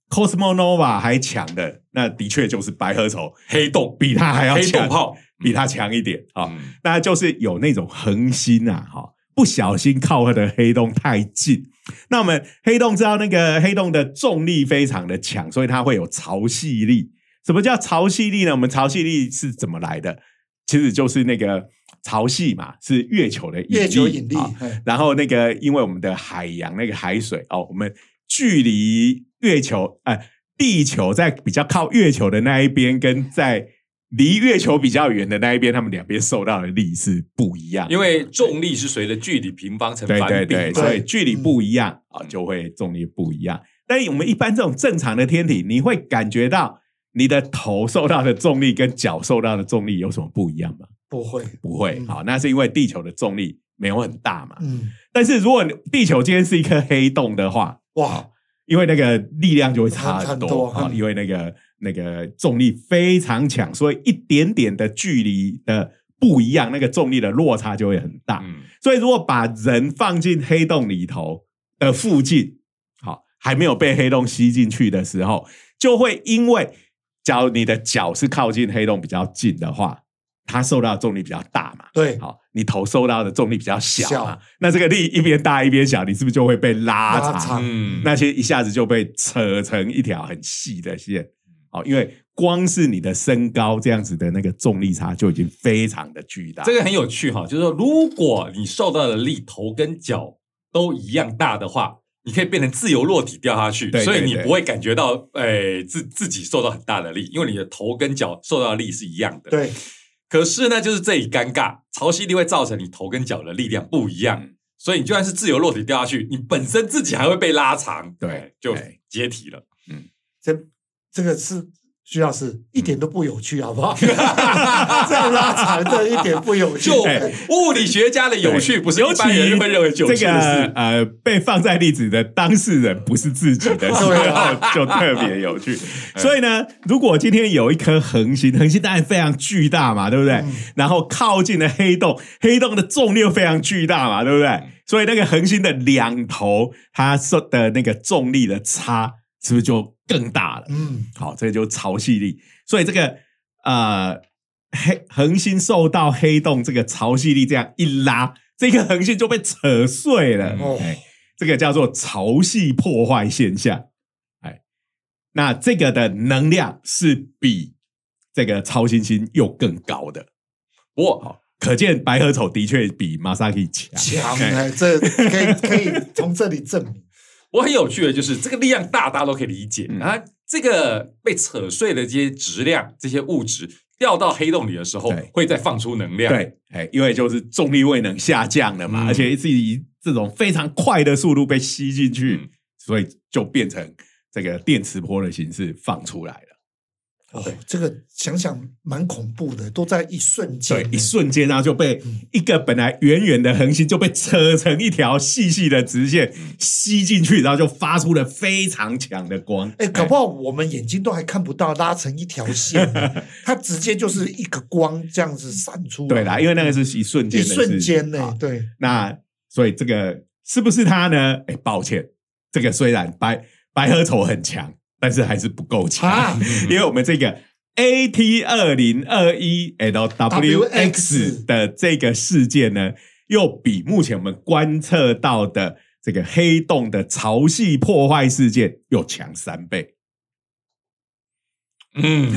[SPEAKER 1] Cosmonova 还强的，那的确就是白河丑
[SPEAKER 3] 黑洞，
[SPEAKER 1] 比它还要
[SPEAKER 3] 黑
[SPEAKER 1] 强
[SPEAKER 3] 洞，炮，
[SPEAKER 1] 比它强一点啊。
[SPEAKER 3] 嗯
[SPEAKER 1] 那就是有那种恒星啊，哈，不小心靠它的黑洞太近。那我们黑洞知道那个黑洞的重力非常的强，所以它会有潮汐力。什么叫潮汐力呢？我们潮汐力是怎么来的？其实就是那个潮汐嘛，是月球的引力
[SPEAKER 2] 月球引力
[SPEAKER 1] 啊，
[SPEAKER 2] 哎
[SPEAKER 1] 然后那个，因为我们的海洋那个海水哦，我们距离月球呃地球在比较靠月球的那一边，跟在离月球比较远的那一边，他们两边受到的力是不一样的。
[SPEAKER 3] 因为重力是随着距离平方乘
[SPEAKER 1] 对
[SPEAKER 3] 反
[SPEAKER 1] 对
[SPEAKER 3] 比
[SPEAKER 1] 对，
[SPEAKER 3] 嗯嘛
[SPEAKER 1] 所以距离不一样啊、就会重力不一样。但我们一般这种正常的天体，你会感觉到你的头受到的重力跟脚受到的重力有什么不一样吗？
[SPEAKER 2] 不会，
[SPEAKER 1] 不会，
[SPEAKER 2] 嗯
[SPEAKER 1] 好、那是因为地球的重力没有很大嘛。
[SPEAKER 2] 嗯，
[SPEAKER 1] 但是如果你地球今天是一颗黑洞的话，
[SPEAKER 2] 哇，
[SPEAKER 1] 因为那个力量就会差
[SPEAKER 2] 差
[SPEAKER 1] 很
[SPEAKER 2] 很
[SPEAKER 1] 多
[SPEAKER 2] 多
[SPEAKER 1] 啊、
[SPEAKER 2] 嗯
[SPEAKER 1] 因为那个那个重力非常强，所以一点点的距离的不一样，那个重力的落差就会很大。
[SPEAKER 3] 嗯，
[SPEAKER 1] 所以如果把人放进黑洞里头的附近，好，还没有被黑洞吸进去的时候，就会因为假如你的脚是靠近黑洞比较近的话，它受到的重力比较大嘛，
[SPEAKER 2] 对，
[SPEAKER 1] 好，你头受到的重力比较小嘛
[SPEAKER 2] 小，
[SPEAKER 1] 那这个力一边大一边小，你是不是就会被拉长？
[SPEAKER 2] 拉长
[SPEAKER 3] 嗯，
[SPEAKER 1] 那些一下子就被扯成一条很细的线。
[SPEAKER 3] 嗯
[SPEAKER 1] 好，因为光是你的身高这样子的那个重力差就已经非常的巨大。
[SPEAKER 3] 这个很有趣哈，就是说，如果你受到的力头跟脚都一样大的话，你可以变成自由落体掉下去，
[SPEAKER 1] 对对
[SPEAKER 3] 所以你
[SPEAKER 1] 对
[SPEAKER 3] 不会感觉到诶、自自己受到很大的力，因为你的头跟脚受到的力是一样的。。
[SPEAKER 2] 对，
[SPEAKER 3] 可是呢，就是这里尴尬，潮汐力会造成你头跟脚的力量不一
[SPEAKER 1] 嗯
[SPEAKER 3] 样，所以你就算是自由落体掉下去，你本身自己还会被拉长，
[SPEAKER 1] 对
[SPEAKER 3] 哎就
[SPEAKER 1] 对
[SPEAKER 3] 解体了。
[SPEAKER 2] 这这个是徐老师一点都不有趣，好不 好？这样拉长的一点不有趣，
[SPEAKER 3] 就
[SPEAKER 2] 哎
[SPEAKER 3] 物理学家的有趣，不是一般人会认为有
[SPEAKER 1] 这
[SPEAKER 3] 趣
[SPEAKER 1] 个
[SPEAKER 3] 的事。
[SPEAKER 1] 呃，被放在例子的当事人不是自己 的时候
[SPEAKER 2] 对，
[SPEAKER 3] 啊
[SPEAKER 1] 就特别有趣。所以呢，如果今天有一颗恒星，恒星当然非常巨大嘛，对不对？
[SPEAKER 2] 嗯
[SPEAKER 1] 然后靠近了黑洞，黑洞的重力又非常巨大嘛，对不
[SPEAKER 2] 嗯
[SPEAKER 1] 对？所以那个恒星的两头，它受的那个重力的差，是不是就更大了？
[SPEAKER 2] 嗯，
[SPEAKER 1] 好，这个就是潮汐力。所以这个呃黑恒星受到黑洞这个潮汐力这样一拉，这个恒星就被扯碎了。
[SPEAKER 2] 哦
[SPEAKER 1] 哎，这个叫做潮汐破坏现象。哎，那这个的能量是比这个超新星又更高的。
[SPEAKER 3] 不过
[SPEAKER 1] 好，可见白河丑的确比 Masaki 强。
[SPEAKER 2] 强
[SPEAKER 1] 哎
[SPEAKER 2] 哎，这可以可以从这里证明，
[SPEAKER 3] 我很有趣的就是这个力量大，大家都可以理解
[SPEAKER 1] 嗯
[SPEAKER 3] 啊。这个被扯碎的这些质量、这些物质掉到黑洞里的时候
[SPEAKER 1] 对，
[SPEAKER 3] 会再放出能量。，
[SPEAKER 1] 对，哎，因为就是重力未能下降了嘛，
[SPEAKER 3] 嗯
[SPEAKER 1] 而且是以这种非常快的速度被吸进去，
[SPEAKER 3] 嗯
[SPEAKER 1] 所以就变成这个电磁波的形式放出来了。
[SPEAKER 2] 哦，这个想想蛮恐怖的，都在一瞬
[SPEAKER 1] 对
[SPEAKER 2] 间，，
[SPEAKER 1] 一瞬间啊，就被一个本来远远的恒星就被扯成一条细细的直线
[SPEAKER 2] 嗯
[SPEAKER 1] 吸进去，然后就发出了非常强的光。
[SPEAKER 2] 哎，搞不好我们眼睛都还看不到，拉成一条线， 它直接就是一个光这样子散出来。
[SPEAKER 1] 哎对啦，因为那个是一瞬间
[SPEAKER 2] 一
[SPEAKER 1] 的事，
[SPEAKER 2] 瞬间
[SPEAKER 1] 啊
[SPEAKER 2] 呢，对，
[SPEAKER 1] 那所以这个是不是他呢？哎，抱歉，这个虽然白白河丑很强，但是还是不够强，
[SPEAKER 2] 啊
[SPEAKER 1] 因为我们这个 AT 二零二一 LWX 的这个事件呢，又比目前我们观测到的这个黑洞的潮汐破坏事件又强三倍。
[SPEAKER 3] 嗯，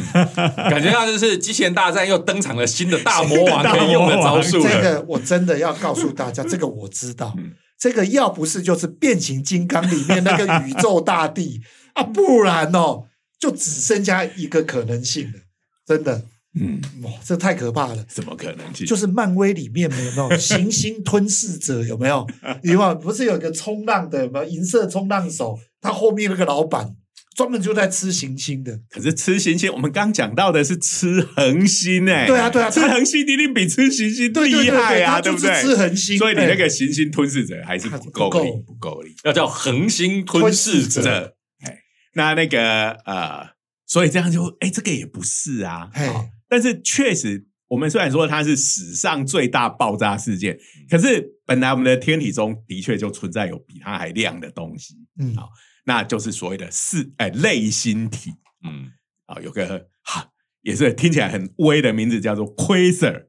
[SPEAKER 3] 感觉到就是机器人大战又登场了新的大魔王可以用的招数
[SPEAKER 2] 这
[SPEAKER 3] 了。
[SPEAKER 2] 个我真的要告诉大家，这个我知道
[SPEAKER 1] 嗯，
[SPEAKER 2] 这个要不是就是变形金刚里面那个宇宙大帝啊，不然哦，就只剩下一个可能性了，真的，
[SPEAKER 1] 嗯，
[SPEAKER 2] 哇，这太可怕了。
[SPEAKER 1] 怎么可能性？
[SPEAKER 2] 就是漫威里面有没有行星吞噬者？有没 有？有没有？不是有个冲浪的，有没有银色冲浪手？他后面那个老板专门就在吃行星的，
[SPEAKER 1] 可是吃行星，我们刚讲到的是吃恒星哎、
[SPEAKER 2] 对啊对啊
[SPEAKER 1] 吃恒星一定比吃行星
[SPEAKER 2] 对 对
[SPEAKER 1] 厉
[SPEAKER 2] 对
[SPEAKER 1] 害
[SPEAKER 2] 对，
[SPEAKER 1] 啊，
[SPEAKER 2] 他
[SPEAKER 1] 对
[SPEAKER 2] 就
[SPEAKER 1] 不
[SPEAKER 2] 是
[SPEAKER 1] 对？
[SPEAKER 2] 吃恒星。哎
[SPEAKER 1] 所以你
[SPEAKER 2] 对
[SPEAKER 1] 那个行星吞噬者还是不够
[SPEAKER 2] 还是
[SPEAKER 1] 力
[SPEAKER 2] 不够，
[SPEAKER 1] 不够力。
[SPEAKER 3] 要叫恒星吞噬者，
[SPEAKER 1] 这，哎，那那个呃，所以这样就哎，这个也不是啊。
[SPEAKER 2] 嘿
[SPEAKER 1] 好但是确实，我们虽然说它是史上最大爆炸事件，
[SPEAKER 2] 嗯
[SPEAKER 1] 可是本来我们的天体中的确就存在有比它还亮的东西，
[SPEAKER 2] 嗯，
[SPEAKER 1] 好那就是所谓的四哎类星体
[SPEAKER 3] 嗯，
[SPEAKER 1] 啊，有个哈也是听起来很威的名字叫做 Quasar，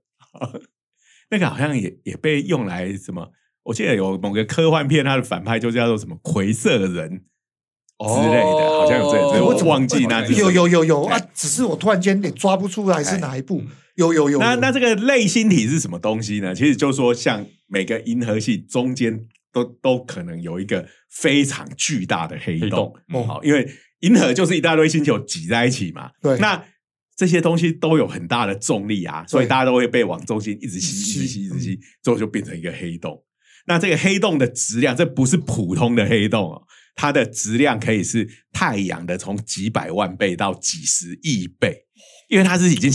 [SPEAKER 1] 那个好像也也被用来什么？我记得有某个科幻片，它的反派就叫做什么奎瑟人。之类的，好像有这个，只是
[SPEAKER 2] 哦我
[SPEAKER 1] 我
[SPEAKER 2] 怎么
[SPEAKER 1] 忘记那是
[SPEAKER 2] 有有有有啊
[SPEAKER 1] 哎！
[SPEAKER 2] 只是我突然间也抓不出来是哪一部。有有有，
[SPEAKER 1] 那那
[SPEAKER 2] 这
[SPEAKER 1] 这个类星体是什么东西呢？其实就是说，像每个银河系中间都都可能有一个非常巨大的黑
[SPEAKER 3] 黑
[SPEAKER 1] 洞
[SPEAKER 3] 洞，
[SPEAKER 2] 嗯
[SPEAKER 1] 好、因为银河就是一大堆星球挤在一起嘛。
[SPEAKER 2] 对
[SPEAKER 1] 那这些东西都有很大的重力啊，所以
[SPEAKER 2] 对嗯
[SPEAKER 1] 大家都会被往中心一直吸，一
[SPEAKER 2] 吸
[SPEAKER 1] 直吸，一直吸，最后就变成一个黑洞。那这个黑洞的质量，这不是普通的黑洞哦，它的质量可以是太阳的从几百万倍到几十亿倍，因为它是已经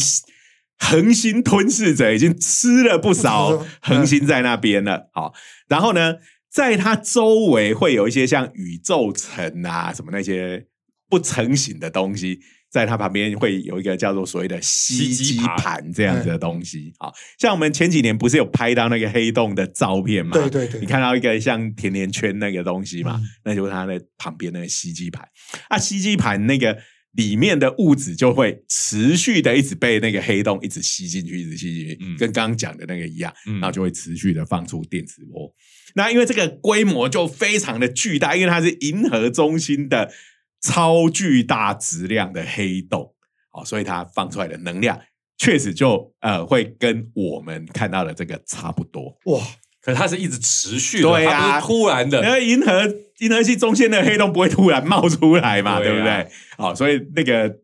[SPEAKER 1] 恒星吞噬者，已经吃了不少
[SPEAKER 2] 嗯
[SPEAKER 1] 恒星在那边了。好，然后呢，在它周围会有一些像宇宙层啊什么那些不成形的东西，在它旁边会有一个叫做所谓的吸
[SPEAKER 3] 吸
[SPEAKER 1] 积
[SPEAKER 3] 积盘
[SPEAKER 1] 盘这样子的东西。好像我们前几年不是有拍到那个黑洞的照片吗？
[SPEAKER 2] 对对对，
[SPEAKER 1] 你看到一个像甜甜圈那个东西嘛，
[SPEAKER 2] 嗯
[SPEAKER 1] 那就是它的旁边那个吸积盘。啊，吸积盘那个里面的物质就会持续的一直被那个黑洞一直吸进去，一直吸进去，
[SPEAKER 3] 嗯
[SPEAKER 1] 跟刚刚讲的那个一样，
[SPEAKER 3] 嗯
[SPEAKER 1] 然后就会持续的放出电磁波。那因为这个规模就非常的巨大，因为它是银河中心的超巨大质量的黑洞，哦，所以它放出来的能量确实就呃会跟我们看到的这个差不多。
[SPEAKER 2] 哇，
[SPEAKER 3] 可是它是一直持续的，
[SPEAKER 1] 对啊
[SPEAKER 3] 它不是突然
[SPEAKER 1] 因
[SPEAKER 3] 的，
[SPEAKER 1] 为银河银河系中间的黑洞不会突然冒出来嘛，对
[SPEAKER 3] 对啊
[SPEAKER 1] 不对？好，所以那个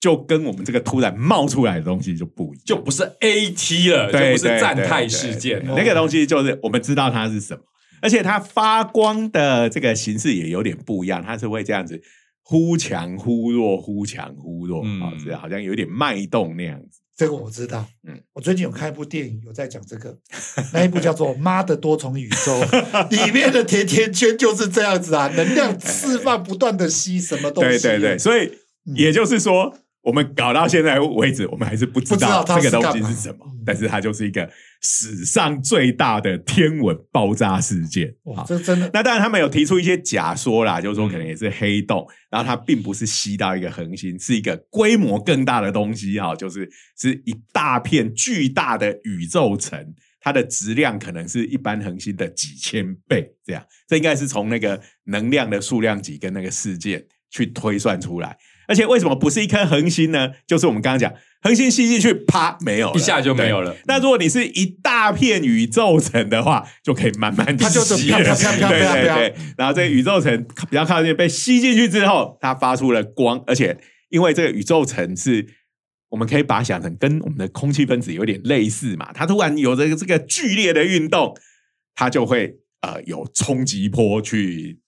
[SPEAKER 1] 就跟我们这个突然冒出来的东西就不一样，
[SPEAKER 3] 就不是 AT 了，就
[SPEAKER 1] 对
[SPEAKER 3] 不是战态事
[SPEAKER 1] 对
[SPEAKER 3] 件
[SPEAKER 1] 对
[SPEAKER 3] 了
[SPEAKER 1] 对。那个东西就是我们知道它是什么，而且它发光的这个形式也有点不一样，它是会这样子忽强忽弱，忽强忽弱，
[SPEAKER 3] 嗯
[SPEAKER 1] 啊，是好像有点脉动那样子。
[SPEAKER 2] 这个我知道。嗯
[SPEAKER 1] 嗯，
[SPEAKER 2] 我最近有看一部电影，有在讲这个，那一部叫做《妈的多重宇宙》，里面的甜甜圈就是这样子啊，能量释放不断的吸什么东
[SPEAKER 1] 对
[SPEAKER 2] 西，啊
[SPEAKER 1] 对对，，所以
[SPEAKER 2] 嗯
[SPEAKER 1] 也就是说，我们搞到现在为止，我们还是不知
[SPEAKER 2] 不知
[SPEAKER 1] 道
[SPEAKER 2] 道它
[SPEAKER 1] 这
[SPEAKER 2] 是
[SPEAKER 1] 个东
[SPEAKER 2] 干嘛
[SPEAKER 1] 西是什么
[SPEAKER 2] 嗯，
[SPEAKER 1] 但是它就是一个史上最大的天文爆炸事件
[SPEAKER 2] 哇，
[SPEAKER 1] 啊。
[SPEAKER 2] 这真的
[SPEAKER 1] 那当然，他们有提出一些假说啦，就是说可能也是黑洞，
[SPEAKER 3] 嗯
[SPEAKER 1] 然后它并不是吸到一个恒星，是一个规模更大的东西哈、就是是一大片巨大的宇宙层，它的质量可能是一般恒星的几千倍这样。这应该是从那个能量的数量级跟那个事件去推算出来。而且为什么不是一颗恒星呢？就是我们刚刚讲，恒星吸进去，啪，没有了，
[SPEAKER 3] 一下就没有
[SPEAKER 1] 对。
[SPEAKER 3] 了。
[SPEAKER 1] 那如果你是一大片宇宙层的话，就啊可以慢慢 地
[SPEAKER 2] 它就是
[SPEAKER 1] 吸了
[SPEAKER 2] 啪啪啪啪
[SPEAKER 1] 对
[SPEAKER 2] 啪
[SPEAKER 1] 对
[SPEAKER 2] 啪
[SPEAKER 1] 对。然后这个宇宙层比较靠近被吸进去之后，它发出了光，而且因为这个宇宙层是。我们可以把它想成跟我们的空气分子有点类似嘛，它突然有着这个剧烈的运动，它就会呃有冲击波去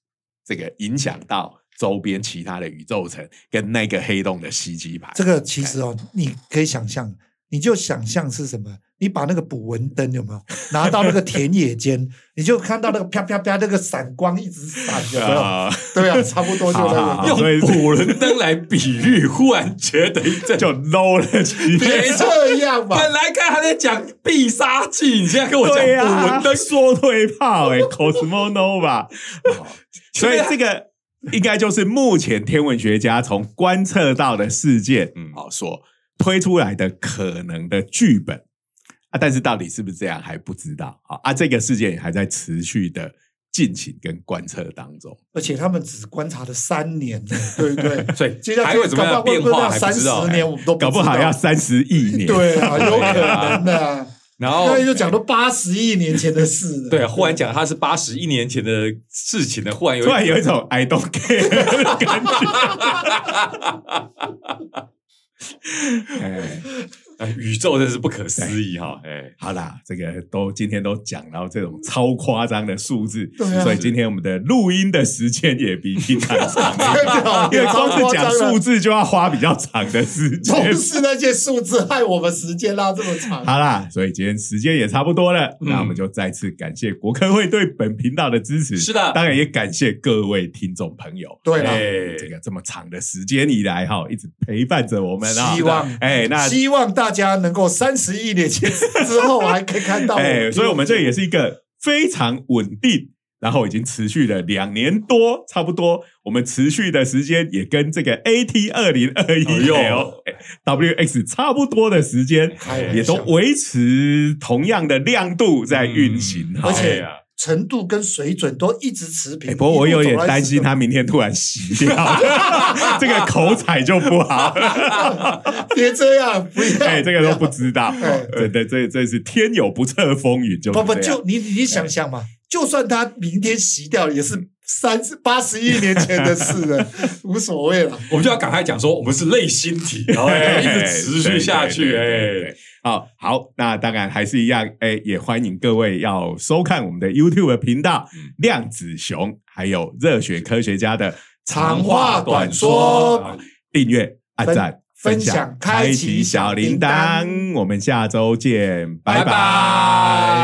[SPEAKER 1] 这个影响到周边其他的宇宙层跟那个黑洞的吸积盘。
[SPEAKER 2] 这个其实哦，你可以想象，你就想象是什么？你把那个捕蚊灯有没有拿到那个田野间，你就看到那个啪啪啪那个闪光一直闪，有没有？
[SPEAKER 1] 啊、
[SPEAKER 2] 对啊，差不多就那
[SPEAKER 1] 好
[SPEAKER 2] 个。
[SPEAKER 1] 好
[SPEAKER 3] 用
[SPEAKER 1] 所以是
[SPEAKER 3] 捕人灯来比喻，忽然觉得一阵。
[SPEAKER 1] 就 low 了几
[SPEAKER 2] 别这样嘛！
[SPEAKER 3] 本来看还在讲必杀技，你现
[SPEAKER 2] 啊
[SPEAKER 3] 在跟我讲
[SPEAKER 1] 对呀、
[SPEAKER 3] 捕人灯，
[SPEAKER 1] 说退炮 哎、c o s m o n o v a
[SPEAKER 2] 哦
[SPEAKER 1] 所以
[SPEAKER 2] 啊
[SPEAKER 1] 这个应该就是目前天文学家从观测到的事件，
[SPEAKER 3] 嗯
[SPEAKER 1] 好、说推出来的可能的剧本啊，但是到底是不是这样还不知道啊啊，这个事件也还在持续的进行跟观测当中。
[SPEAKER 2] 而且他们只观察了三年，对不对？
[SPEAKER 3] 所以
[SPEAKER 2] 接下
[SPEAKER 3] 还
[SPEAKER 2] 来
[SPEAKER 3] 有什么样
[SPEAKER 2] 搞
[SPEAKER 3] 的
[SPEAKER 2] 不好
[SPEAKER 3] 变
[SPEAKER 2] 会不
[SPEAKER 3] 化
[SPEAKER 2] 到
[SPEAKER 3] 还
[SPEAKER 2] 三
[SPEAKER 3] 不知
[SPEAKER 2] 十
[SPEAKER 3] 道，哎
[SPEAKER 2] 年，我们都不
[SPEAKER 1] 哎搞不好
[SPEAKER 2] 知道
[SPEAKER 1] 要三十亿年，哦
[SPEAKER 2] 对啊，有可
[SPEAKER 3] 对啊
[SPEAKER 2] 能的、啊。
[SPEAKER 3] 然后
[SPEAKER 2] 刚才就讲到八十亿年前的事了，
[SPEAKER 3] 对啊，忽然讲他是八十一年前的事情了，忽然有一
[SPEAKER 1] 突然有一种 I don't care 的感觉。哎，
[SPEAKER 3] 哎宇宙真是不可思议 哈！哎，
[SPEAKER 1] 好啦，这个都今天都讲到这种超夸张的数字，
[SPEAKER 2] 对啊
[SPEAKER 1] 所以今天我们的录音的时间也比平常长， 因为
[SPEAKER 2] 对，
[SPEAKER 1] 光是讲数
[SPEAKER 2] 字，
[SPEAKER 1] 字就要花比较长的时间
[SPEAKER 2] 总。是那些数字害我们时间拉这么长。
[SPEAKER 1] 好啦，所以今天时间也差不多了，
[SPEAKER 3] 嗯
[SPEAKER 1] 那我们就再次感谢国科会对本频道的支持，
[SPEAKER 3] 是的
[SPEAKER 1] 当然也感谢各位听众朋友。
[SPEAKER 2] 对啦
[SPEAKER 1] 哎这个这么长的时间以来哈，一直陪伴着我们啊。
[SPEAKER 2] 希望
[SPEAKER 1] 哎，那
[SPEAKER 2] 希望大家能够三十亿年前之后还可以看到 我。
[SPEAKER 1] 哎，所以我们这也是一个非常稳定。然后已经持续了两年多，差不多，我们持续的时间也跟这个 AT 二零二一
[SPEAKER 3] 哎呦
[SPEAKER 1] L WX 差不多的时间，
[SPEAKER 2] 开
[SPEAKER 1] 也
[SPEAKER 2] 玩
[SPEAKER 1] 都
[SPEAKER 2] 笑
[SPEAKER 1] 维持同样的亮度在运行哈。
[SPEAKER 2] 而且
[SPEAKER 3] 哎呀
[SPEAKER 2] 程度跟水准都一直持
[SPEAKER 1] 哎
[SPEAKER 2] 平。
[SPEAKER 1] 不过我有点担
[SPEAKER 2] 一
[SPEAKER 1] 心
[SPEAKER 2] 路走来
[SPEAKER 1] 他明天突然洗掉， 这个口彩就不好。
[SPEAKER 2] 是， 别这样，不要。
[SPEAKER 1] 哎，这个都不知道
[SPEAKER 2] 哎，
[SPEAKER 1] 真的，这这是天有不测风云，就
[SPEAKER 2] 不不
[SPEAKER 1] 是这样嗯
[SPEAKER 2] 就你你想想嘛，就算他明天洗掉了，也是三十八十亿年前的事了，无所谓了。
[SPEAKER 3] 我们就要赶快讲说，我们是类星 体，然后
[SPEAKER 1] 哎
[SPEAKER 3] 一直持续下去，
[SPEAKER 1] 对对对对
[SPEAKER 3] 哎
[SPEAKER 1] 对，好好，那当然还是一样，哎，也欢迎各位要收看我们的 YouTube 的频道《量子熊》，还有热血科学家的
[SPEAKER 2] 长话短说，
[SPEAKER 1] 订阅、按赞、
[SPEAKER 2] 分
[SPEAKER 1] 享
[SPEAKER 2] 分、享开启
[SPEAKER 1] 启小
[SPEAKER 2] 小铃铛
[SPEAKER 1] 铛，我们下周见，拜
[SPEAKER 3] 拜拜